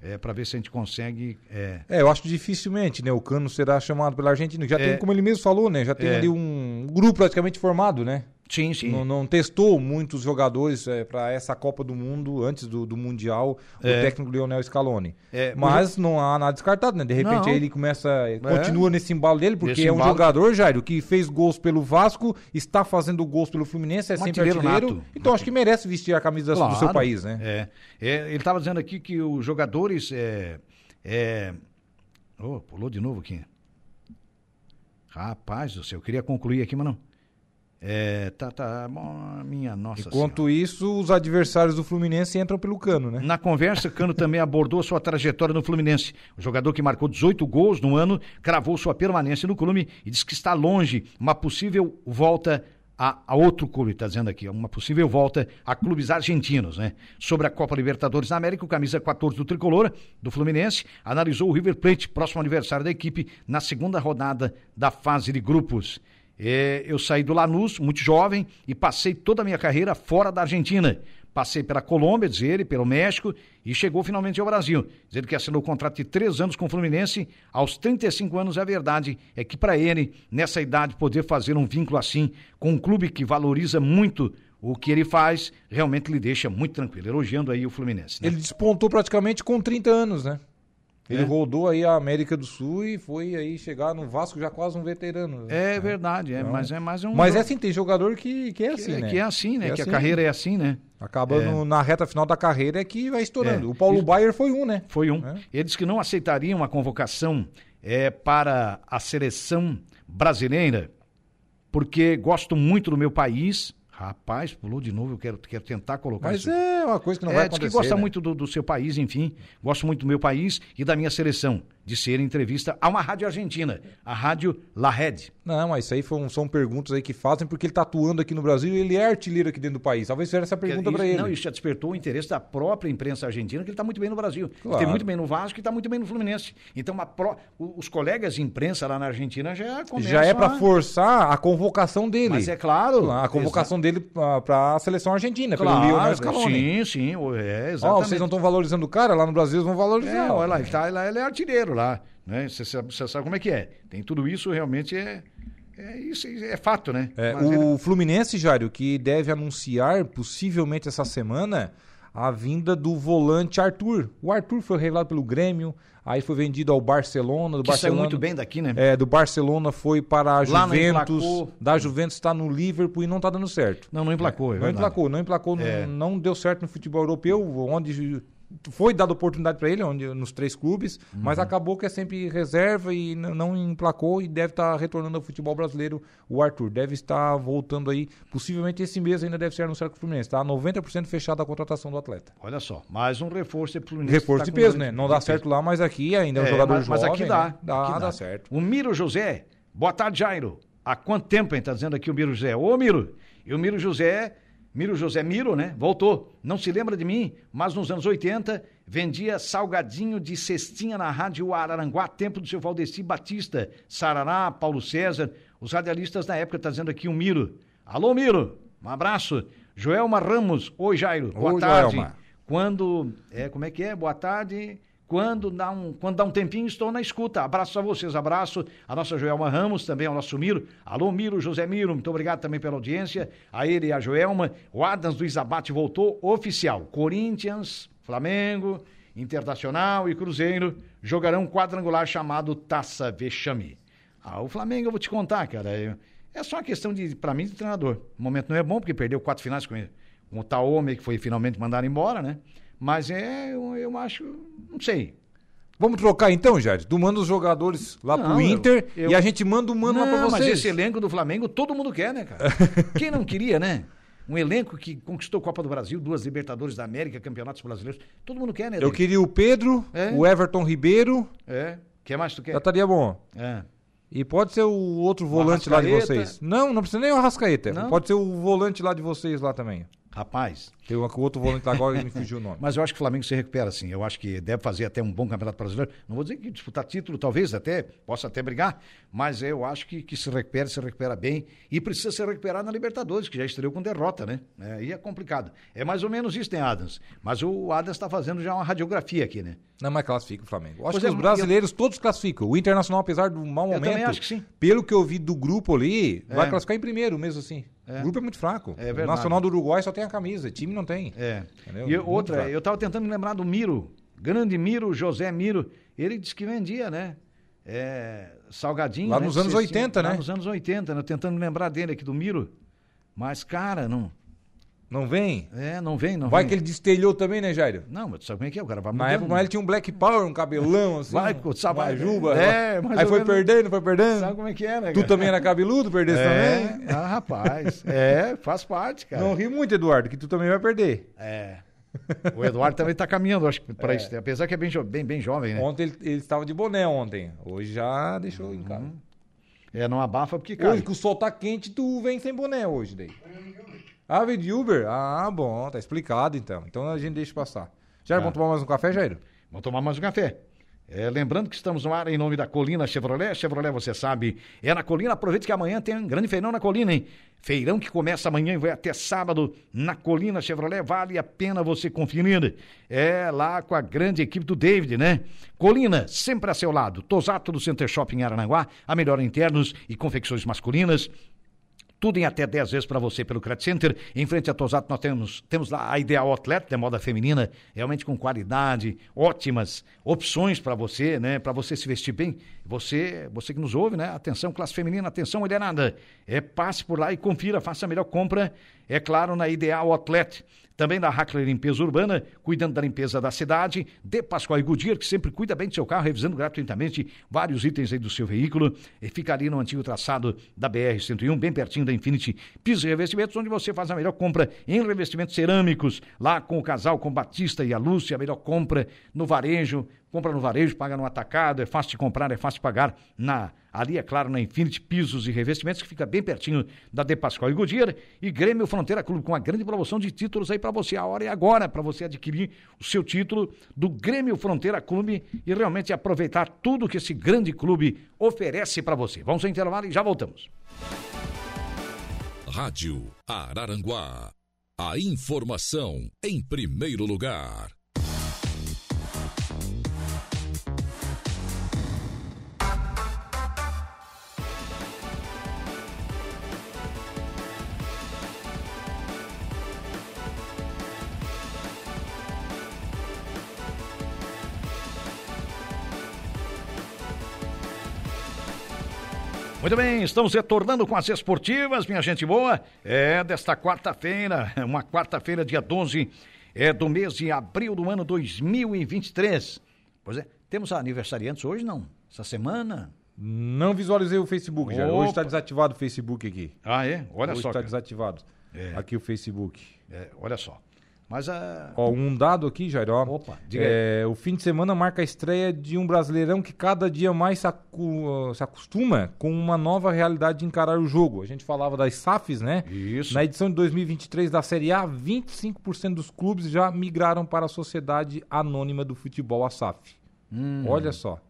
[SPEAKER 1] É, para ver se a gente consegue. é,
[SPEAKER 2] É, eu acho dificilmente, né? O Cano será chamado pela Argentina. Já
[SPEAKER 1] É.
[SPEAKER 2] tem, como ele mesmo falou, né? Já tem ali um grupo praticamente formado, né?
[SPEAKER 1] Sim, É. sim.
[SPEAKER 2] Não, não testou muitos jogadores para essa Copa do Mundo, antes do, do Mundial, o técnico Lionel Scaloni.
[SPEAKER 1] É,
[SPEAKER 2] Mas não há nada descartado, né? De repente
[SPEAKER 1] Não. É.
[SPEAKER 2] ele começa, continua nesse embalo dele, porque
[SPEAKER 1] Nesse
[SPEAKER 2] é um
[SPEAKER 1] embalo.
[SPEAKER 2] jogador, Jairo, que fez gols pelo Vasco, está fazendo gols pelo Fluminense,
[SPEAKER 1] Um
[SPEAKER 2] é sempre
[SPEAKER 1] artilheiro
[SPEAKER 2] artilheiro.
[SPEAKER 1] nato.
[SPEAKER 2] Então acho que merece vestir a camisa do seu
[SPEAKER 1] Claro.
[SPEAKER 2] país, né?
[SPEAKER 1] É. É, ele estava dizendo aqui que os jogadores. É, é... Ô, pulou de novo aqui. Rapaz do céu, eu queria concluir aqui, mas não. É, tá, tá. bom, Minha nossa
[SPEAKER 2] Enquanto isso, os adversários do Fluminense entram pelo Cano, né?
[SPEAKER 1] Na conversa, Cano também abordou sua trajetória no Fluminense. O jogador que marcou 18 gols no ano cravou sua permanência no clube e diz que está longe uma possível volta a, a outro clube, está dizendo aqui, uma possível volta a clubes argentinos, né? Sobre a Copa Libertadores da América, o camisa 14 do Tricolor, do Fluminense, analisou o River Plate, próximo aniversário da equipe, na segunda rodada da fase de grupos. É, eu saí do Lanús, muito jovem, e passei toda a minha carreira fora da Argentina. Passei pela Colômbia, diz ele, pelo México e chegou finalmente ao Brasil. Diz ele que assinou o contrato de três anos com o Fluminense. Aos 35 anos, a verdade é que para ele, nessa idade, poder fazer um vínculo assim com um clube que valoriza muito o que ele faz, realmente lhe deixa muito tranquilo. Elogiando aí o Fluminense. né?
[SPEAKER 2] Ele despontou praticamente com 30 anos, né? Ele
[SPEAKER 1] É.
[SPEAKER 2] rodou aí a América do Sul e foi aí chegar no Vasco já quase um veterano. né?
[SPEAKER 1] É verdade, é, mas é mais um.
[SPEAKER 2] Mas é assim, tem jogador que, que é
[SPEAKER 1] que,
[SPEAKER 2] assim, né?
[SPEAKER 1] que é assim, né? que a carreira é assim, né?
[SPEAKER 2] Acaba no- na reta final da carreira é que vai estourando.
[SPEAKER 1] É.
[SPEAKER 2] O Paulo
[SPEAKER 1] Isso-
[SPEAKER 2] Baier foi um, né?
[SPEAKER 1] Foi um.
[SPEAKER 2] É.
[SPEAKER 1] Ele disse que não aceitaria uma convocação eh, para a seleção brasileira, porque gosto muito do meu país. Rapaz, pulou de novo, eu quero, quero tentar colocar
[SPEAKER 2] Mas
[SPEAKER 1] isso.
[SPEAKER 2] é uma coisa que não
[SPEAKER 1] É,
[SPEAKER 2] vai
[SPEAKER 1] diz
[SPEAKER 2] acontecer.
[SPEAKER 1] que gosta
[SPEAKER 2] né?
[SPEAKER 1] muito do, do seu país, enfim. Gosto muito do meu país e da minha seleção. De ser em entrevista a uma rádio argentina, a Rádio La Red.
[SPEAKER 2] Não, mas isso aí foram- são perguntas aí que fazem porque ele tá atuando aqui no Brasil e ele é artilheiro aqui dentro do país. Talvez fizeram essa pergunta
[SPEAKER 1] Isso-
[SPEAKER 2] pra ele.
[SPEAKER 1] Não, isso já despertou o interesse da própria imprensa argentina, que ele está muito bem no Brasil. que
[SPEAKER 2] Claro.
[SPEAKER 1] Tem muito bem no Vasco e está muito bem no Fluminense. Então, a pró- o- os colegas de imprensa lá na Argentina já começam
[SPEAKER 2] Já é pra
[SPEAKER 1] a-
[SPEAKER 2] forçar a convocação dele.
[SPEAKER 1] Mas é claro.
[SPEAKER 2] A convocação dele pra, pra seleção argentina,
[SPEAKER 1] Exa- claro,
[SPEAKER 2] né? pelo Lionel Scaloni.
[SPEAKER 1] Sim, sim. o- É,
[SPEAKER 2] Ó,
[SPEAKER 1] exatamente.
[SPEAKER 2] vocês não estão valorizando o cara, lá no Brasil eles vão valorizar.
[SPEAKER 1] É, olha lá, ele, tá, ele, ele é artilheiro lá. né? Você sabe, você sabe como é que é. Tem tudo isso, realmente é. É, isso, é fato, né?
[SPEAKER 2] É,
[SPEAKER 1] Mas
[SPEAKER 2] o
[SPEAKER 1] ele-
[SPEAKER 2] Fluminense, Jário, que deve anunciar, possivelmente essa semana, a vinda do volante Arthur. O Arthur foi revelado pelo Grêmio, aí foi vendido ao Barcelona. Do
[SPEAKER 1] que saiu
[SPEAKER 2] Barcelona,
[SPEAKER 1] muito bem daqui, né?
[SPEAKER 2] É, do Barcelona foi para a
[SPEAKER 1] Lá não
[SPEAKER 2] Juventus.
[SPEAKER 1] emplacou.
[SPEAKER 2] Da Juventus está no Liverpool e não está dando certo.
[SPEAKER 1] Não, não emplacou, é,
[SPEAKER 2] não
[SPEAKER 1] verdade.
[SPEAKER 2] emplacou, não emplacou, não-
[SPEAKER 1] É.
[SPEAKER 2] não, deu certo no futebol europeu, onde foi dada oportunidade para ele, onde, nos três clubes,
[SPEAKER 1] Uhum.
[SPEAKER 2] mas acabou que é sempre reserva e n- não emplacou e deve estar retornando ao futebol brasileiro o Arthur. Deve estar voltando aí, possivelmente esse mês ainda deve ser anunciado com o Fluminense. tá? Está 90% fechada a contratação do atleta.
[SPEAKER 1] Olha só, mais um reforço aí pro Fluminense.
[SPEAKER 2] Reforço
[SPEAKER 1] que
[SPEAKER 2] de
[SPEAKER 1] tá com
[SPEAKER 2] peso,
[SPEAKER 1] grande-
[SPEAKER 2] né? Não dá
[SPEAKER 1] grande peso.
[SPEAKER 2] certo lá, mas aqui ainda é um
[SPEAKER 1] É,
[SPEAKER 2] jogador
[SPEAKER 1] mas, mas
[SPEAKER 2] jovem.
[SPEAKER 1] aqui dá.
[SPEAKER 2] né? Dá,
[SPEAKER 1] aqui
[SPEAKER 2] dá certo.
[SPEAKER 1] O Miro José, boa tarde, Jairo. Há quanto tempo, hein? Tá dizendo aqui o Miro José. Ô, Miro, e o Miro José, Miro José Miro, né? Voltou. Não se lembra de mim, mas nos anos 80 vendia salgadinho de cestinha na rádio Araranguá, tempo do seu Valdeci Batista, Sarará, Paulo César, os radialistas na época, tá dizendo aqui o Miro. Alô, Miro, um abraço. Joelma Ramos, oi, Jairo, boa
[SPEAKER 2] Oi,
[SPEAKER 1] tarde.
[SPEAKER 2] Joelma.
[SPEAKER 1] Quando, é, como é que é? Boa tarde. Quando dá, um, quando dá um tempinho, estou na escuta. Abraço a vocês, abraço a nossa Joelma Ramos, também ao nosso Miro. Alô, Miro, José Miro, muito obrigado também pela audiência. A ele e a Joelma. O Adams do Isabate voltou oficial. Corinthians, Flamengo, Internacional e Cruzeiro jogarão um quadrangular chamado Taça Vexame. Ah, o Flamengo, eu vou te contar, cara. eu- é só uma questão de, pra mim, de treinador. O momento não é bom, porque perdeu quatro finais com ele com o Taome, que foi finalmente mandado embora, né? Mas é, eu, eu acho, não sei.
[SPEAKER 2] Vamos trocar então, Jair? Tu manda os jogadores lá
[SPEAKER 1] Não,
[SPEAKER 2] pro
[SPEAKER 1] eu-
[SPEAKER 2] Inter
[SPEAKER 1] eu-
[SPEAKER 2] e a gente manda o mano lá pra
[SPEAKER 1] Não,
[SPEAKER 2] vocês.
[SPEAKER 1] Mas esse elenco do Flamengo, todo mundo quer, né, cara? Quem não queria, né? Um elenco que conquistou Copa do Brasil, duas Libertadores da América, campeonatos brasileiros. Todo mundo quer, né?
[SPEAKER 2] Eu
[SPEAKER 1] Dani?
[SPEAKER 2] queria o Pedro,
[SPEAKER 1] É.
[SPEAKER 2] o Everton Ribeiro,
[SPEAKER 1] É. Quer mais tu quer?
[SPEAKER 2] já estaria bom.
[SPEAKER 1] É.
[SPEAKER 2] E pode ser o outro volante lá de
[SPEAKER 1] Arrascaeta.
[SPEAKER 2] vocês. Não, não precisa nem o Arrascaeta.
[SPEAKER 1] Não.
[SPEAKER 2] Pode ser o volante lá de vocês lá também.
[SPEAKER 1] Rapaz,
[SPEAKER 2] Tem um, o outro volante lá agora que me fugiu o nome.
[SPEAKER 1] Mas eu acho que o Flamengo se recupera, sim. Eu acho que deve fazer até um bom campeonato brasileiro. Não vou dizer que disputar título, talvez até, possa até brigar, mas eu acho que, que se recupera, se recupera bem. E precisa se recuperar na Libertadores, que já estreou com derrota, né? É, Aí é complicado. É mais ou menos isso, né, Adams? Mas o Adams está fazendo já uma radiografia aqui, né?
[SPEAKER 2] Não, mas classifica o Flamengo. Eu Acho
[SPEAKER 1] Pois
[SPEAKER 2] que
[SPEAKER 1] é,
[SPEAKER 2] os
[SPEAKER 1] eu-
[SPEAKER 2] brasileiros todos classificam. O Internacional, apesar do mau
[SPEAKER 1] Eu
[SPEAKER 2] momento,
[SPEAKER 1] também acho que sim.
[SPEAKER 2] pelo que eu vi do grupo ali, vai classificar em primeiro mesmo assim. O grupo é muito fraco.
[SPEAKER 1] É
[SPEAKER 2] o
[SPEAKER 1] verdade.
[SPEAKER 2] Nacional do Uruguai só tem a camisa, time não tem.
[SPEAKER 1] É.
[SPEAKER 2] Entendeu?
[SPEAKER 1] E
[SPEAKER 2] Muito
[SPEAKER 1] outra,
[SPEAKER 2] fraco.
[SPEAKER 1] eu estava tentando me lembrar do Miro, grande Miro, José Miro. Ele disse que vendia, né? É, salgadinho.
[SPEAKER 2] Lá
[SPEAKER 1] né?
[SPEAKER 2] nos anos
[SPEAKER 1] Cestinha,
[SPEAKER 2] 80, né?
[SPEAKER 1] Lá nos anos 80, né? Tentando me lembrar dele aqui do Miro. Mas, cara, não.
[SPEAKER 2] Não vem?
[SPEAKER 1] É, não vem, não
[SPEAKER 2] Vai que
[SPEAKER 1] vem.
[SPEAKER 2] ele destelhou também, né, Jairo?
[SPEAKER 1] Não, mas tu sabe como é que é? O cara vai
[SPEAKER 2] Na
[SPEAKER 1] mudando,
[SPEAKER 2] época, mas ele tinha um Black Power, um cabelão, assim.
[SPEAKER 1] Vai, co- sabe-
[SPEAKER 2] uma juba.
[SPEAKER 1] É, mais
[SPEAKER 2] aí
[SPEAKER 1] ou
[SPEAKER 2] foi
[SPEAKER 1] menos.
[SPEAKER 2] perdendo, foi perdendo.
[SPEAKER 1] Sabe como é que é, né?
[SPEAKER 2] Tu
[SPEAKER 1] cara?
[SPEAKER 2] também era cabeludo, perdesse também.
[SPEAKER 1] É, ah, rapaz. É, faz parte, cara.
[SPEAKER 2] Não ri muito, Eduardo, que tu também vai perder.
[SPEAKER 1] É. O Eduardo também tá caminhando, acho que, pra isso. né? Apesar que é bem, jo- bem, bem jovem, né?
[SPEAKER 2] Ontem ele, ele estava de boné ontem. Hoje já deixou em casa.
[SPEAKER 1] É, não abafa porque
[SPEAKER 2] Hoje
[SPEAKER 1] cai.
[SPEAKER 2] que o sol tá quente, tu vem sem boné hoje daí. Ah, vem de Uber? Ah, bom, tá explicado então. Então a gente deixa passar.
[SPEAKER 1] Tá.
[SPEAKER 2] Jairo, vamos tomar mais um café, Jairo?
[SPEAKER 1] Vamos tomar mais um café. É, lembrando que estamos no ar em nome da Colina Chevrolet. Chevrolet, você sabe, é na Colina. Aproveite que amanhã tem um grande feirão na Colina, hein? Feirão que começa amanhã e vai até sábado na Colina Chevrolet. Vale a pena você conferir. É lá com a grande equipe do David, né? Colina, sempre a seu lado. Tosato do Center Shopping em Arananguá, a melhor em internos e confecções masculinas. Tudo em até 10 vezes para você pelo Credit Center. Em frente a Tosato, nós temos, temos lá a Ideal Atleta, de moda feminina, realmente com qualidade, ótimas opções para você, né? Para você se vestir bem. Você, você que nos ouve, né? Atenção, classe feminina, atenção, mulherada. É, passe por lá e confira, faça a melhor compra, é claro, na Ideal Atleta. Também da Hackler Limpeza Urbana, cuidando da limpeza da cidade. De Pascoal e Goodyear, que sempre cuida bem do seu carro, revisando gratuitamente vários itens aí do seu veículo. E fica ali no antigo traçado da BR-101, bem pertinho da Infinity Pisos e Revestimentos, onde você faz a melhor compra em revestimentos cerâmicos. Lá com o casal, com Batista e a Lúcia, a melhor compra no varejo. Compra no varejo, paga no atacado, é fácil de comprar, é fácil de pagar na ali, é claro, na Infinity Pisos e Revestimentos, que fica bem pertinho da De Pascoal e Goodyear, e Grêmio Fronteira Clube, com uma grande promoção de títulos aí para você. A hora é agora para você adquirir o seu título do Grêmio Fronteira Clube e realmente aproveitar tudo que esse grande clube oferece para você. Vamos ao intervalo e já voltamos.
[SPEAKER 4] Rádio Araranguá. A informação em primeiro lugar.
[SPEAKER 1] Muito bem, estamos retornando com as esportivas, minha gente boa. É desta quarta-feira, uma quarta-feira, dia 12 é, do mês de abril do ano 2023. Pois é, temos aniversariantes hoje, não? Essa semana?
[SPEAKER 2] Não visualizei o Facebook, já. Hoje está
[SPEAKER 1] Opa.
[SPEAKER 2] desativado o Facebook aqui.
[SPEAKER 1] Ah, é? Olha
[SPEAKER 2] Hoje tá
[SPEAKER 1] só.
[SPEAKER 2] está
[SPEAKER 1] cara.
[SPEAKER 2] desativado. Aqui o Facebook.
[SPEAKER 1] É, olha só. Mas ah, a.
[SPEAKER 2] Ó, um dado aqui, Jairo. ó.
[SPEAKER 1] Opa, diga
[SPEAKER 2] é, O fim de semana marca a estreia de um brasileirão que cada dia mais se, acu- se acostuma com uma nova realidade de encarar o jogo. A gente falava das SAFs, né?
[SPEAKER 1] Isso.
[SPEAKER 2] Na edição de 2023 da Série A, 25% dos clubes já migraram para a Sociedade Anônima do Futebol, a SAF.
[SPEAKER 1] Hum.
[SPEAKER 2] Olha só.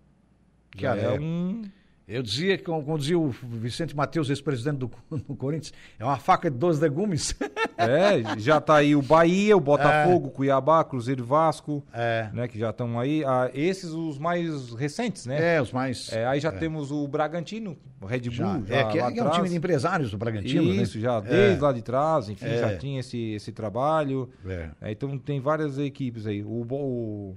[SPEAKER 1] Que
[SPEAKER 2] Já é
[SPEAKER 1] alegre.
[SPEAKER 2] um...
[SPEAKER 1] Eu dizia, que, como dizia o Vicente Matheus, ex-presidente do, do Corinthians, é uma faca de 12 legumes.
[SPEAKER 2] É, já tá aí o Bahia, o Botafogo, o Cuiabá, Cruzeiro e Vasco,
[SPEAKER 1] É.
[SPEAKER 2] né, que já estão aí. Ah, esses os mais recentes, né?
[SPEAKER 1] É, os mais.
[SPEAKER 2] É, aí já temos o Bragantino, o Red Bull,
[SPEAKER 1] já,
[SPEAKER 2] já,
[SPEAKER 1] é, que é,
[SPEAKER 2] lá
[SPEAKER 1] que é um
[SPEAKER 2] atrás.
[SPEAKER 1] time de empresários do Bragantino, né?
[SPEAKER 2] Isso, já
[SPEAKER 1] É.
[SPEAKER 2] desde lá de trás, enfim, já tinha esse, esse trabalho.
[SPEAKER 1] É.
[SPEAKER 2] É, então tem várias equipes aí. O, Bo- o,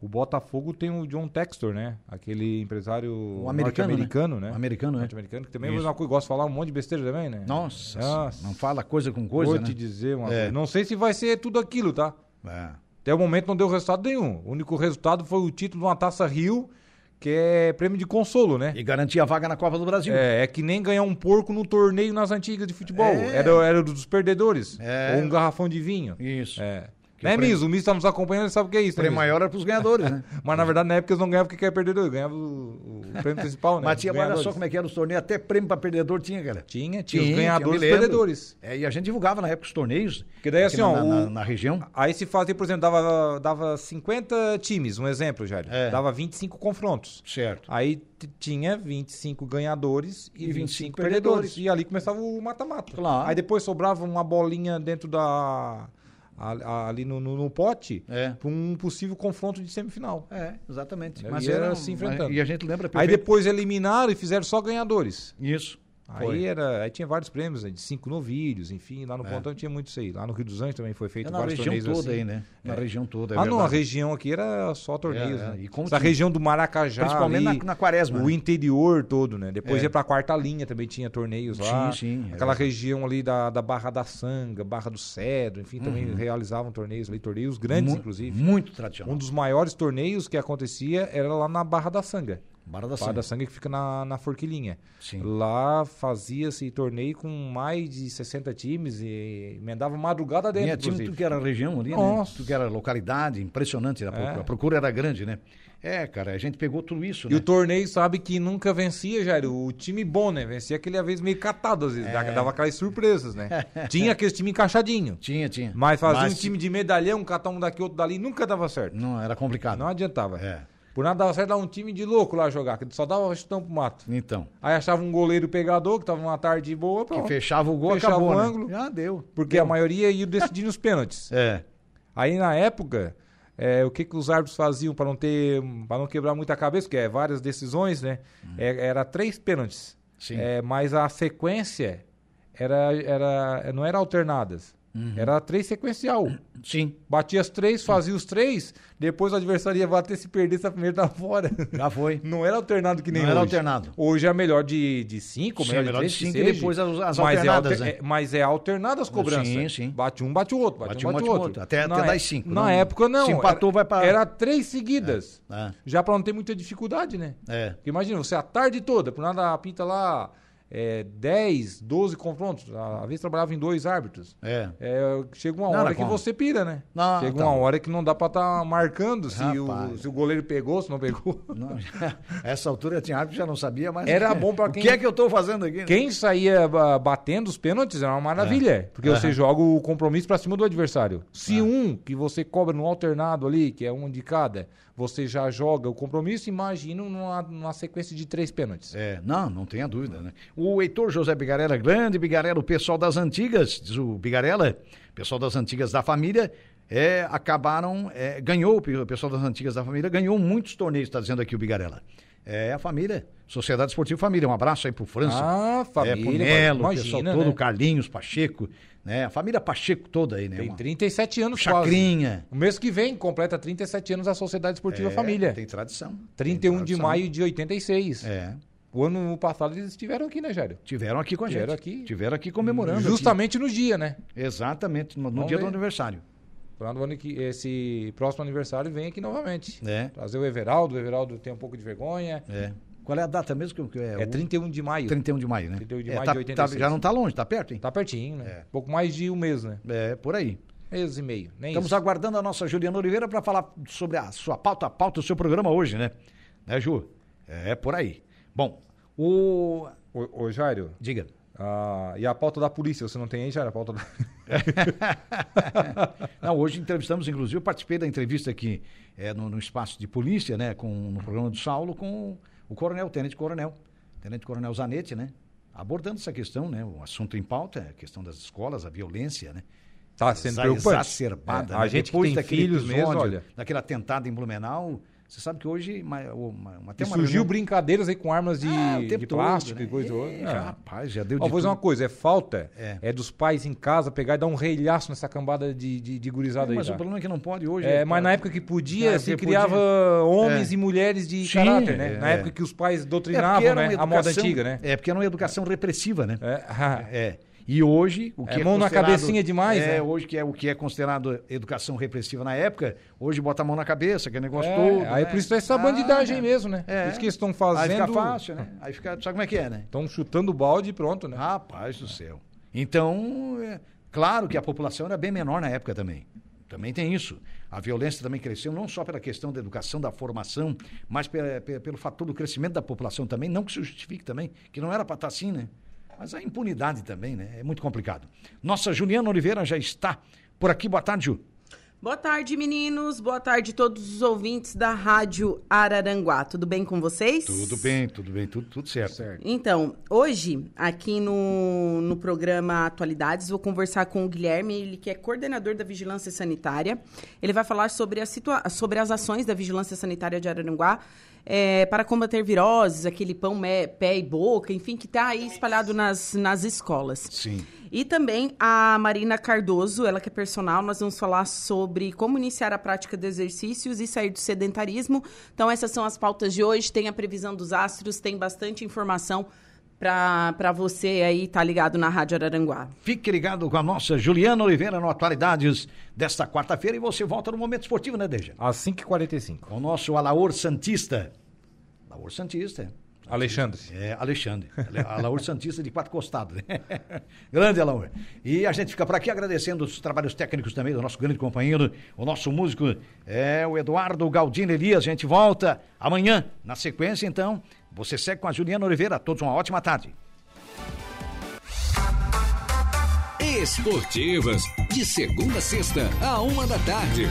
[SPEAKER 2] o Botafogo tem o John Textor, né? Aquele empresário
[SPEAKER 1] O americano,
[SPEAKER 2] norte-americano, né?
[SPEAKER 1] O americano, né?
[SPEAKER 2] Norte-americano, que também é uma coisa, gosta de falar um monte de besteira também, né?
[SPEAKER 1] Nossa,
[SPEAKER 2] Nossa.
[SPEAKER 1] não fala coisa com coisa,
[SPEAKER 2] Vou
[SPEAKER 1] né?
[SPEAKER 2] te dizer uma
[SPEAKER 1] É.
[SPEAKER 2] coisa. Não sei se vai ser tudo aquilo, tá?
[SPEAKER 1] É.
[SPEAKER 2] Até o momento não deu resultado nenhum. O único resultado foi o título de uma Taça Rio, que é prêmio de consolo, né?
[SPEAKER 1] E garantir a vaga na Copa do Brasil.
[SPEAKER 2] É, é que nem ganhar um porco no torneio nas antigas de futebol. Era, era dos perdedores.
[SPEAKER 1] É.
[SPEAKER 2] Ou um garrafão de vinho.
[SPEAKER 1] Isso.
[SPEAKER 2] É.
[SPEAKER 1] Que
[SPEAKER 2] Né,
[SPEAKER 1] o prêmio-
[SPEAKER 2] Miso? O Miso tá nos acompanhando, ele sabe o que é
[SPEAKER 1] O
[SPEAKER 2] isso, né,
[SPEAKER 1] prêmio
[SPEAKER 2] Miso?
[SPEAKER 1] maior era para os ganhadores, né?
[SPEAKER 2] Mas na verdade, na época eles não ganhavam porque era perdedor, ganhavam o, o prêmio principal, né?
[SPEAKER 1] Mas tinha,
[SPEAKER 2] Os
[SPEAKER 1] olha só
[SPEAKER 2] ganhadores.
[SPEAKER 1] como é que era os torneios, até prêmio para perdedor tinha, galera.
[SPEAKER 2] Tinha, tinha,
[SPEAKER 1] Tinha,
[SPEAKER 2] os ganhadores e
[SPEAKER 1] eu me
[SPEAKER 2] os
[SPEAKER 1] lembro.
[SPEAKER 2] perdedores.
[SPEAKER 1] É, e a gente divulgava na época os torneios.
[SPEAKER 2] Que daí,
[SPEAKER 1] aqui
[SPEAKER 2] assim,
[SPEAKER 1] na,
[SPEAKER 2] ó,
[SPEAKER 1] na, na-
[SPEAKER 2] o-
[SPEAKER 1] na região.
[SPEAKER 2] Aí se fazia, por exemplo, dava, dava 50 times, um exemplo, Jair.
[SPEAKER 1] É.
[SPEAKER 2] Dava 25 confrontos.
[SPEAKER 1] Certo.
[SPEAKER 2] Aí t- tinha 25 ganhadores e,
[SPEAKER 1] E
[SPEAKER 2] 25
[SPEAKER 1] 25
[SPEAKER 2] perdedores.
[SPEAKER 1] perdedores.
[SPEAKER 2] E ali começava o mata-mata.
[SPEAKER 1] Claro.
[SPEAKER 2] Aí depois sobrava uma bolinha dentro da. a- a- ali no, no- no pote
[SPEAKER 1] É.
[SPEAKER 2] para um possível confronto de semifinal.
[SPEAKER 1] É, exatamente.
[SPEAKER 2] E
[SPEAKER 1] Mas
[SPEAKER 2] era
[SPEAKER 1] era
[SPEAKER 2] se enfrentando.
[SPEAKER 1] E a gente lembra
[SPEAKER 2] Aí
[SPEAKER 1] perfeito.
[SPEAKER 2] depois eliminaram e fizeram só ganhadores.
[SPEAKER 1] Isso.
[SPEAKER 2] Aí, era, aí tinha vários prêmios, né, de cinco novilhos, enfim, lá no Pontão tinha muito isso aí. Lá no Rio dos Anjos também foi feito
[SPEAKER 1] É na
[SPEAKER 2] vários
[SPEAKER 1] região
[SPEAKER 2] torneios
[SPEAKER 1] toda
[SPEAKER 2] assim.
[SPEAKER 1] aí, né? Na região toda. é
[SPEAKER 2] ah, não, a
[SPEAKER 1] verdade.
[SPEAKER 2] região aqui era só torneios,
[SPEAKER 1] É, é,
[SPEAKER 2] né?
[SPEAKER 1] e como
[SPEAKER 2] Essa
[SPEAKER 1] tinha-
[SPEAKER 2] região do Maracajá.
[SPEAKER 1] Principalmente
[SPEAKER 2] ali,
[SPEAKER 1] na- na Quaresma,
[SPEAKER 2] O
[SPEAKER 1] né?
[SPEAKER 2] interior todo, né? Depois
[SPEAKER 1] É.
[SPEAKER 2] ia pra quarta linha, também tinha torneios lá.
[SPEAKER 1] Sim, sim, é
[SPEAKER 2] Aquela
[SPEAKER 1] verdade.
[SPEAKER 2] região ali da, da Barra da Sanga, Barra do Cedro, enfim, também realizavam torneios ali, torneios grandes,
[SPEAKER 1] Uhum. Mu-
[SPEAKER 2] inclusive.
[SPEAKER 1] Muito
[SPEAKER 2] Um
[SPEAKER 1] tradicional.
[SPEAKER 2] dos maiores torneios que acontecia era lá na Barra da Sanga.
[SPEAKER 1] Barra da
[SPEAKER 2] Barra
[SPEAKER 1] Sanga.
[SPEAKER 2] da Sanga que fica na, na Forquilhinha.
[SPEAKER 1] Sim.
[SPEAKER 2] Lá fazia-se torneio com mais de 60 times e emendava madrugada dentro.
[SPEAKER 1] Tinha time,
[SPEAKER 2] inclusive.
[SPEAKER 1] tu que era região ali,
[SPEAKER 2] Nossa.
[SPEAKER 1] né?
[SPEAKER 2] É.
[SPEAKER 1] Tu que era localidade, impressionante. A procura, a procura era grande, né? É, cara, a gente pegou tudo isso,
[SPEAKER 2] E
[SPEAKER 1] né?
[SPEAKER 2] o torneio sabe que nunca vencia, Jairo. O time bom, né? Vencia aquele a vez meio catado, às
[SPEAKER 1] É.
[SPEAKER 2] vezes. Dava- Dava aquelas surpresas, né? Tinha aquele time encaixadinho.
[SPEAKER 1] Tinha, tinha.
[SPEAKER 2] Mas fazia um
[SPEAKER 1] Mas-
[SPEAKER 2] time de medalhão, catar um daqui, outro dali, nunca dava certo.
[SPEAKER 1] Não, era complicado.
[SPEAKER 2] Não adiantava.
[SPEAKER 1] É.
[SPEAKER 2] Por nada dava certo, dava um time de louco lá jogar, que só dava chutão pro mato.
[SPEAKER 1] Então.
[SPEAKER 2] Aí achava um goleiro pegador, que tava numa tarde boa, pronto.
[SPEAKER 1] Que fechava o gol,
[SPEAKER 2] Fechava
[SPEAKER 1] acabou,
[SPEAKER 2] o
[SPEAKER 1] né?
[SPEAKER 2] ângulo.
[SPEAKER 1] Já deu.
[SPEAKER 2] Porque a maioria ia decidindo os pênaltis.
[SPEAKER 1] É.
[SPEAKER 2] Aí na época, é, o que, que os árbitros faziam para não ter, para não quebrar muita cabeça, porque é várias decisões, né?
[SPEAKER 1] Hum.
[SPEAKER 2] É, era três pênaltis.
[SPEAKER 1] Sim.
[SPEAKER 2] É, mas a sequência era, era, não era alternadas.
[SPEAKER 1] Uhum.
[SPEAKER 2] Era três sequencial.
[SPEAKER 1] Sim.
[SPEAKER 2] Batia as três, fazia os três, depois o adversário ia bater, se perdesse a primeira tava fora.
[SPEAKER 1] Já foi.
[SPEAKER 2] Não era alternado que nem
[SPEAKER 1] Não era
[SPEAKER 2] hoje.
[SPEAKER 1] alternado.
[SPEAKER 2] Hoje é melhor de, de cinco,
[SPEAKER 1] Sim, é
[SPEAKER 2] melhor,
[SPEAKER 1] melhor de
[SPEAKER 2] de três, que
[SPEAKER 1] cinco e depois
[SPEAKER 2] seja.
[SPEAKER 1] as- as
[SPEAKER 2] mas
[SPEAKER 1] alternadas,
[SPEAKER 2] É,
[SPEAKER 1] né?
[SPEAKER 2] alter- é- mas é alternada as cobranças.
[SPEAKER 1] Sim, sim.
[SPEAKER 2] Bate um, bate o outro. Bate, um, bate o outro.
[SPEAKER 1] Até- até
[SPEAKER 2] Na
[SPEAKER 1] dar
[SPEAKER 2] é-
[SPEAKER 1] as cinco,
[SPEAKER 2] Na
[SPEAKER 1] não-
[SPEAKER 2] época, não.
[SPEAKER 1] se empatou,
[SPEAKER 2] era,
[SPEAKER 1] vai pra-
[SPEAKER 2] Era três seguidas.
[SPEAKER 1] É. É.
[SPEAKER 2] Já pra não ter muita dificuldade, né?
[SPEAKER 1] É.
[SPEAKER 2] Porque imagina, você a tarde toda, por nada apita lá é, 10, 12 confrontos. A- Às vezes trabalhava em dois árbitros.
[SPEAKER 1] É.
[SPEAKER 2] É, chega uma
[SPEAKER 1] Não,
[SPEAKER 2] hora
[SPEAKER 1] não,
[SPEAKER 2] que
[SPEAKER 1] como?
[SPEAKER 2] você pira, né?
[SPEAKER 1] Não,
[SPEAKER 2] chega
[SPEAKER 1] tá.
[SPEAKER 2] uma hora que não dá pra estar marcando se o,
[SPEAKER 1] Rapaz.
[SPEAKER 2] se o goleiro pegou, se não pegou.
[SPEAKER 1] Não, já- essa altura tinha árbitro, já não sabia, mas.
[SPEAKER 2] Era bom pra
[SPEAKER 1] O
[SPEAKER 2] quem-
[SPEAKER 1] que é que eu tô fazendo aqui? né?
[SPEAKER 2] Quem saía ba- batendo os pênaltis era uma
[SPEAKER 1] É.
[SPEAKER 2] maravilha, porque você joga o compromisso pra cima do adversário. Se um que você cobra no alternado ali, que é um de cada, você já joga o compromisso, imagina numa, numa sequência de três pênaltis.
[SPEAKER 1] É, não, não tenha dúvida, né? O Heitor José Bigarella, grande Bigarella, o pessoal das antigas, diz o Bigarella, pessoal das antigas da família, é, acabaram, é, ganhou, o pessoal das antigas da família ganhou muitos torneios, está dizendo aqui o Bigarella. É a família, Sociedade Esportiva Família, um abraço aí pro França.
[SPEAKER 2] Ah,
[SPEAKER 1] É,
[SPEAKER 2] família,
[SPEAKER 1] pro Nelo, o
[SPEAKER 2] imagina,
[SPEAKER 1] pessoal todo,
[SPEAKER 2] né?
[SPEAKER 1] o Carlinhos, Pacheco, né? A família Pacheco toda aí, né?
[SPEAKER 2] Tem
[SPEAKER 1] Uma-
[SPEAKER 2] 37 anos
[SPEAKER 1] Chacrinha.
[SPEAKER 2] quase. O mês que vem completa 37 anos a Sociedade Esportiva
[SPEAKER 1] É,
[SPEAKER 2] Família.
[SPEAKER 1] Tem tradição. tem
[SPEAKER 2] 31 de
[SPEAKER 1] tradição.
[SPEAKER 2] maio de 86.
[SPEAKER 1] É.
[SPEAKER 2] O ano passado eles estiveram aqui, né, Jairo?
[SPEAKER 1] Tiveram aqui com a
[SPEAKER 2] Tiveram
[SPEAKER 1] gente.
[SPEAKER 2] aqui.
[SPEAKER 1] Tiveram aqui comemorando. aqui.
[SPEAKER 2] Justamente no dia, né?
[SPEAKER 1] Exatamente, no, no
[SPEAKER 2] Vamos
[SPEAKER 1] dia do
[SPEAKER 2] ver.
[SPEAKER 1] aniversário.
[SPEAKER 2] Lá no ano que esse próximo aniversário vem aqui novamente.
[SPEAKER 1] É.
[SPEAKER 2] Trazer o Everaldo, o Everaldo tem um pouco de vergonha.
[SPEAKER 1] É. Qual é a data mesmo? Que, que
[SPEAKER 2] É,
[SPEAKER 1] o-
[SPEAKER 2] 31 de maio.
[SPEAKER 1] 31 de maio, né?
[SPEAKER 2] 31 de
[SPEAKER 1] É,
[SPEAKER 2] maio
[SPEAKER 1] tá-
[SPEAKER 2] de
[SPEAKER 1] tá-
[SPEAKER 2] 86.
[SPEAKER 1] já não tá longe, tá perto, hein?
[SPEAKER 2] Tá pertinho, né?
[SPEAKER 1] É.
[SPEAKER 2] Pouco mais de um mês, né?
[SPEAKER 1] É, por aí.
[SPEAKER 2] Mês e meio. Nem
[SPEAKER 1] Estamos
[SPEAKER 2] É isso.
[SPEAKER 1] aguardando a nossa Juliana Oliveira para falar sobre a sua pauta, a pauta do seu programa hoje, né? Né, Ju? É, por aí. Bom, o...
[SPEAKER 2] Ô, ô, Jairo,
[SPEAKER 1] Diga.
[SPEAKER 2] ah, e a pauta da polícia, você não tem aí, Jairo? A pauta da...
[SPEAKER 1] Não, hoje entrevistamos, inclusive, eu participei da entrevista aqui eh, no, no espaço de polícia, né, com, no programa do Saulo, com o coronel, o tenente coronel, tenente coronel Zanetti, né, abordando essa questão, né, o assunto em pauta, a questão das escolas, a violência, né,
[SPEAKER 2] Tá sendo
[SPEAKER 1] exa-
[SPEAKER 2] preocupante.
[SPEAKER 1] exacerbada,
[SPEAKER 2] É,
[SPEAKER 1] né?
[SPEAKER 2] A gente
[SPEAKER 1] Depois
[SPEAKER 2] que tem
[SPEAKER 1] daquele
[SPEAKER 2] filhos mesmo,
[SPEAKER 1] episódio,
[SPEAKER 2] olha.
[SPEAKER 1] daquele atentado em Blumenau, você sabe que hoje ma- o- ma- uma- até
[SPEAKER 2] E
[SPEAKER 1] uma
[SPEAKER 2] surgiu
[SPEAKER 1] reunião-
[SPEAKER 2] brincadeiras aí com armas de,
[SPEAKER 1] Ah, o
[SPEAKER 2] de
[SPEAKER 1] tempo todo,
[SPEAKER 2] plástico
[SPEAKER 1] né?
[SPEAKER 2] e coisa
[SPEAKER 1] É,
[SPEAKER 2] do outro. Ah.
[SPEAKER 1] Rapaz, já deu
[SPEAKER 2] Ó,
[SPEAKER 1] de
[SPEAKER 2] vou
[SPEAKER 1] tudo.
[SPEAKER 2] dizer uma coisa, é falta
[SPEAKER 1] É.
[SPEAKER 2] é. dos pais em casa pegar e dar um relhaço nessa cambada de, de, de gurizada aí.
[SPEAKER 1] Mas o
[SPEAKER 2] tá?
[SPEAKER 1] problema é que não pode hoje.
[SPEAKER 2] É, mas
[SPEAKER 1] pode-
[SPEAKER 2] na época que podia,
[SPEAKER 1] Na
[SPEAKER 2] se
[SPEAKER 1] época que
[SPEAKER 2] criava homens
[SPEAKER 1] É.
[SPEAKER 2] e mulheres de
[SPEAKER 1] Sim,
[SPEAKER 2] caráter, né?
[SPEAKER 1] é.
[SPEAKER 2] Na época que os pais
[SPEAKER 1] É, porque
[SPEAKER 2] doutrinavam,
[SPEAKER 1] era
[SPEAKER 2] né?
[SPEAKER 1] uma
[SPEAKER 2] A moda
[SPEAKER 1] educação-
[SPEAKER 2] antiga, né?
[SPEAKER 1] É, porque era uma educação repressiva, né?
[SPEAKER 2] É, ah,
[SPEAKER 1] É. E hoje, o que
[SPEAKER 2] É mão na
[SPEAKER 1] considerado-
[SPEAKER 2] cabecinha demais,
[SPEAKER 1] é,
[SPEAKER 2] né?
[SPEAKER 1] hoje que é o que é considerado educação repressiva na época, hoje bota a mão na cabeça, que é negócio
[SPEAKER 2] é,
[SPEAKER 1] todo. né?
[SPEAKER 2] aí por isso é essa
[SPEAKER 1] Ah,
[SPEAKER 2] bandidagem aí mesmo, né?
[SPEAKER 1] é.
[SPEAKER 2] Por isso que eles estão
[SPEAKER 1] Aí
[SPEAKER 2] fazendo.
[SPEAKER 1] fica fácil, né? Aí fica, sabe como é que é, né?
[SPEAKER 2] Estão chutando o balde e pronto,
[SPEAKER 1] Ah,
[SPEAKER 2] né?
[SPEAKER 1] Rapaz do céu. Então, é, claro que a população era bem menor na época também. Também tem isso. A violência também cresceu, não só pela questão da educação, da formação, mas pe- pe- pelo fator do crescimento da população também, não que se justifique também, que não era para estar assim, né? Mas a impunidade também, né? É muito complicado. Nossa Juliana Oliveira já está por aqui. Boa tarde, Ju.
[SPEAKER 5] Boa tarde, meninos. Boa tarde a todos os ouvintes da Rádio Araranguá. Tudo bem com vocês?
[SPEAKER 1] Tudo bem, tudo bem, tudo, tudo certo.
[SPEAKER 5] Então, hoje, aqui no, no programa Atualidades, vou conversar com o Guilherme, ele que é coordenador da Vigilância Sanitária. Ele vai falar sobre, a situa sobre as ações da Vigilância Sanitária de Araranguá eh, para combater viroses, aquele pão me- pé e boca, enfim, que está aí espalhado nas, nas escolas.
[SPEAKER 1] Sim.
[SPEAKER 5] E também a Marina Cardoso, ela que é personal, nós vamos falar sobre como iniciar a prática de exercícios e sair do sedentarismo. Então, essas são as pautas de hoje. Tem a previsão dos astros, tem bastante informação para você aí estar ligado na Rádio Araranguá.
[SPEAKER 1] Fique ligado com a nossa Juliana Oliveira no Atualidades desta quarta-feira e você volta no Momento Esportivo, né, Deja?
[SPEAKER 2] Às 5h45.
[SPEAKER 1] com o nosso Alaor Santista. Alaor Santista,
[SPEAKER 2] Alexandre.
[SPEAKER 1] é Alexandre. Ale- Alaor Santista de quatro costados. né? grande Alaor. E a gente fica por aqui agradecendo os trabalhos técnicos também do nosso grande companheiro, o nosso músico, é o Eduardo Galdino Elias. A gente volta amanhã. Na sequência, então, você segue com a Juliana Oliveira. A Todos uma ótima tarde.
[SPEAKER 6] Esportivas, de segunda a sexta, a uma da tarde.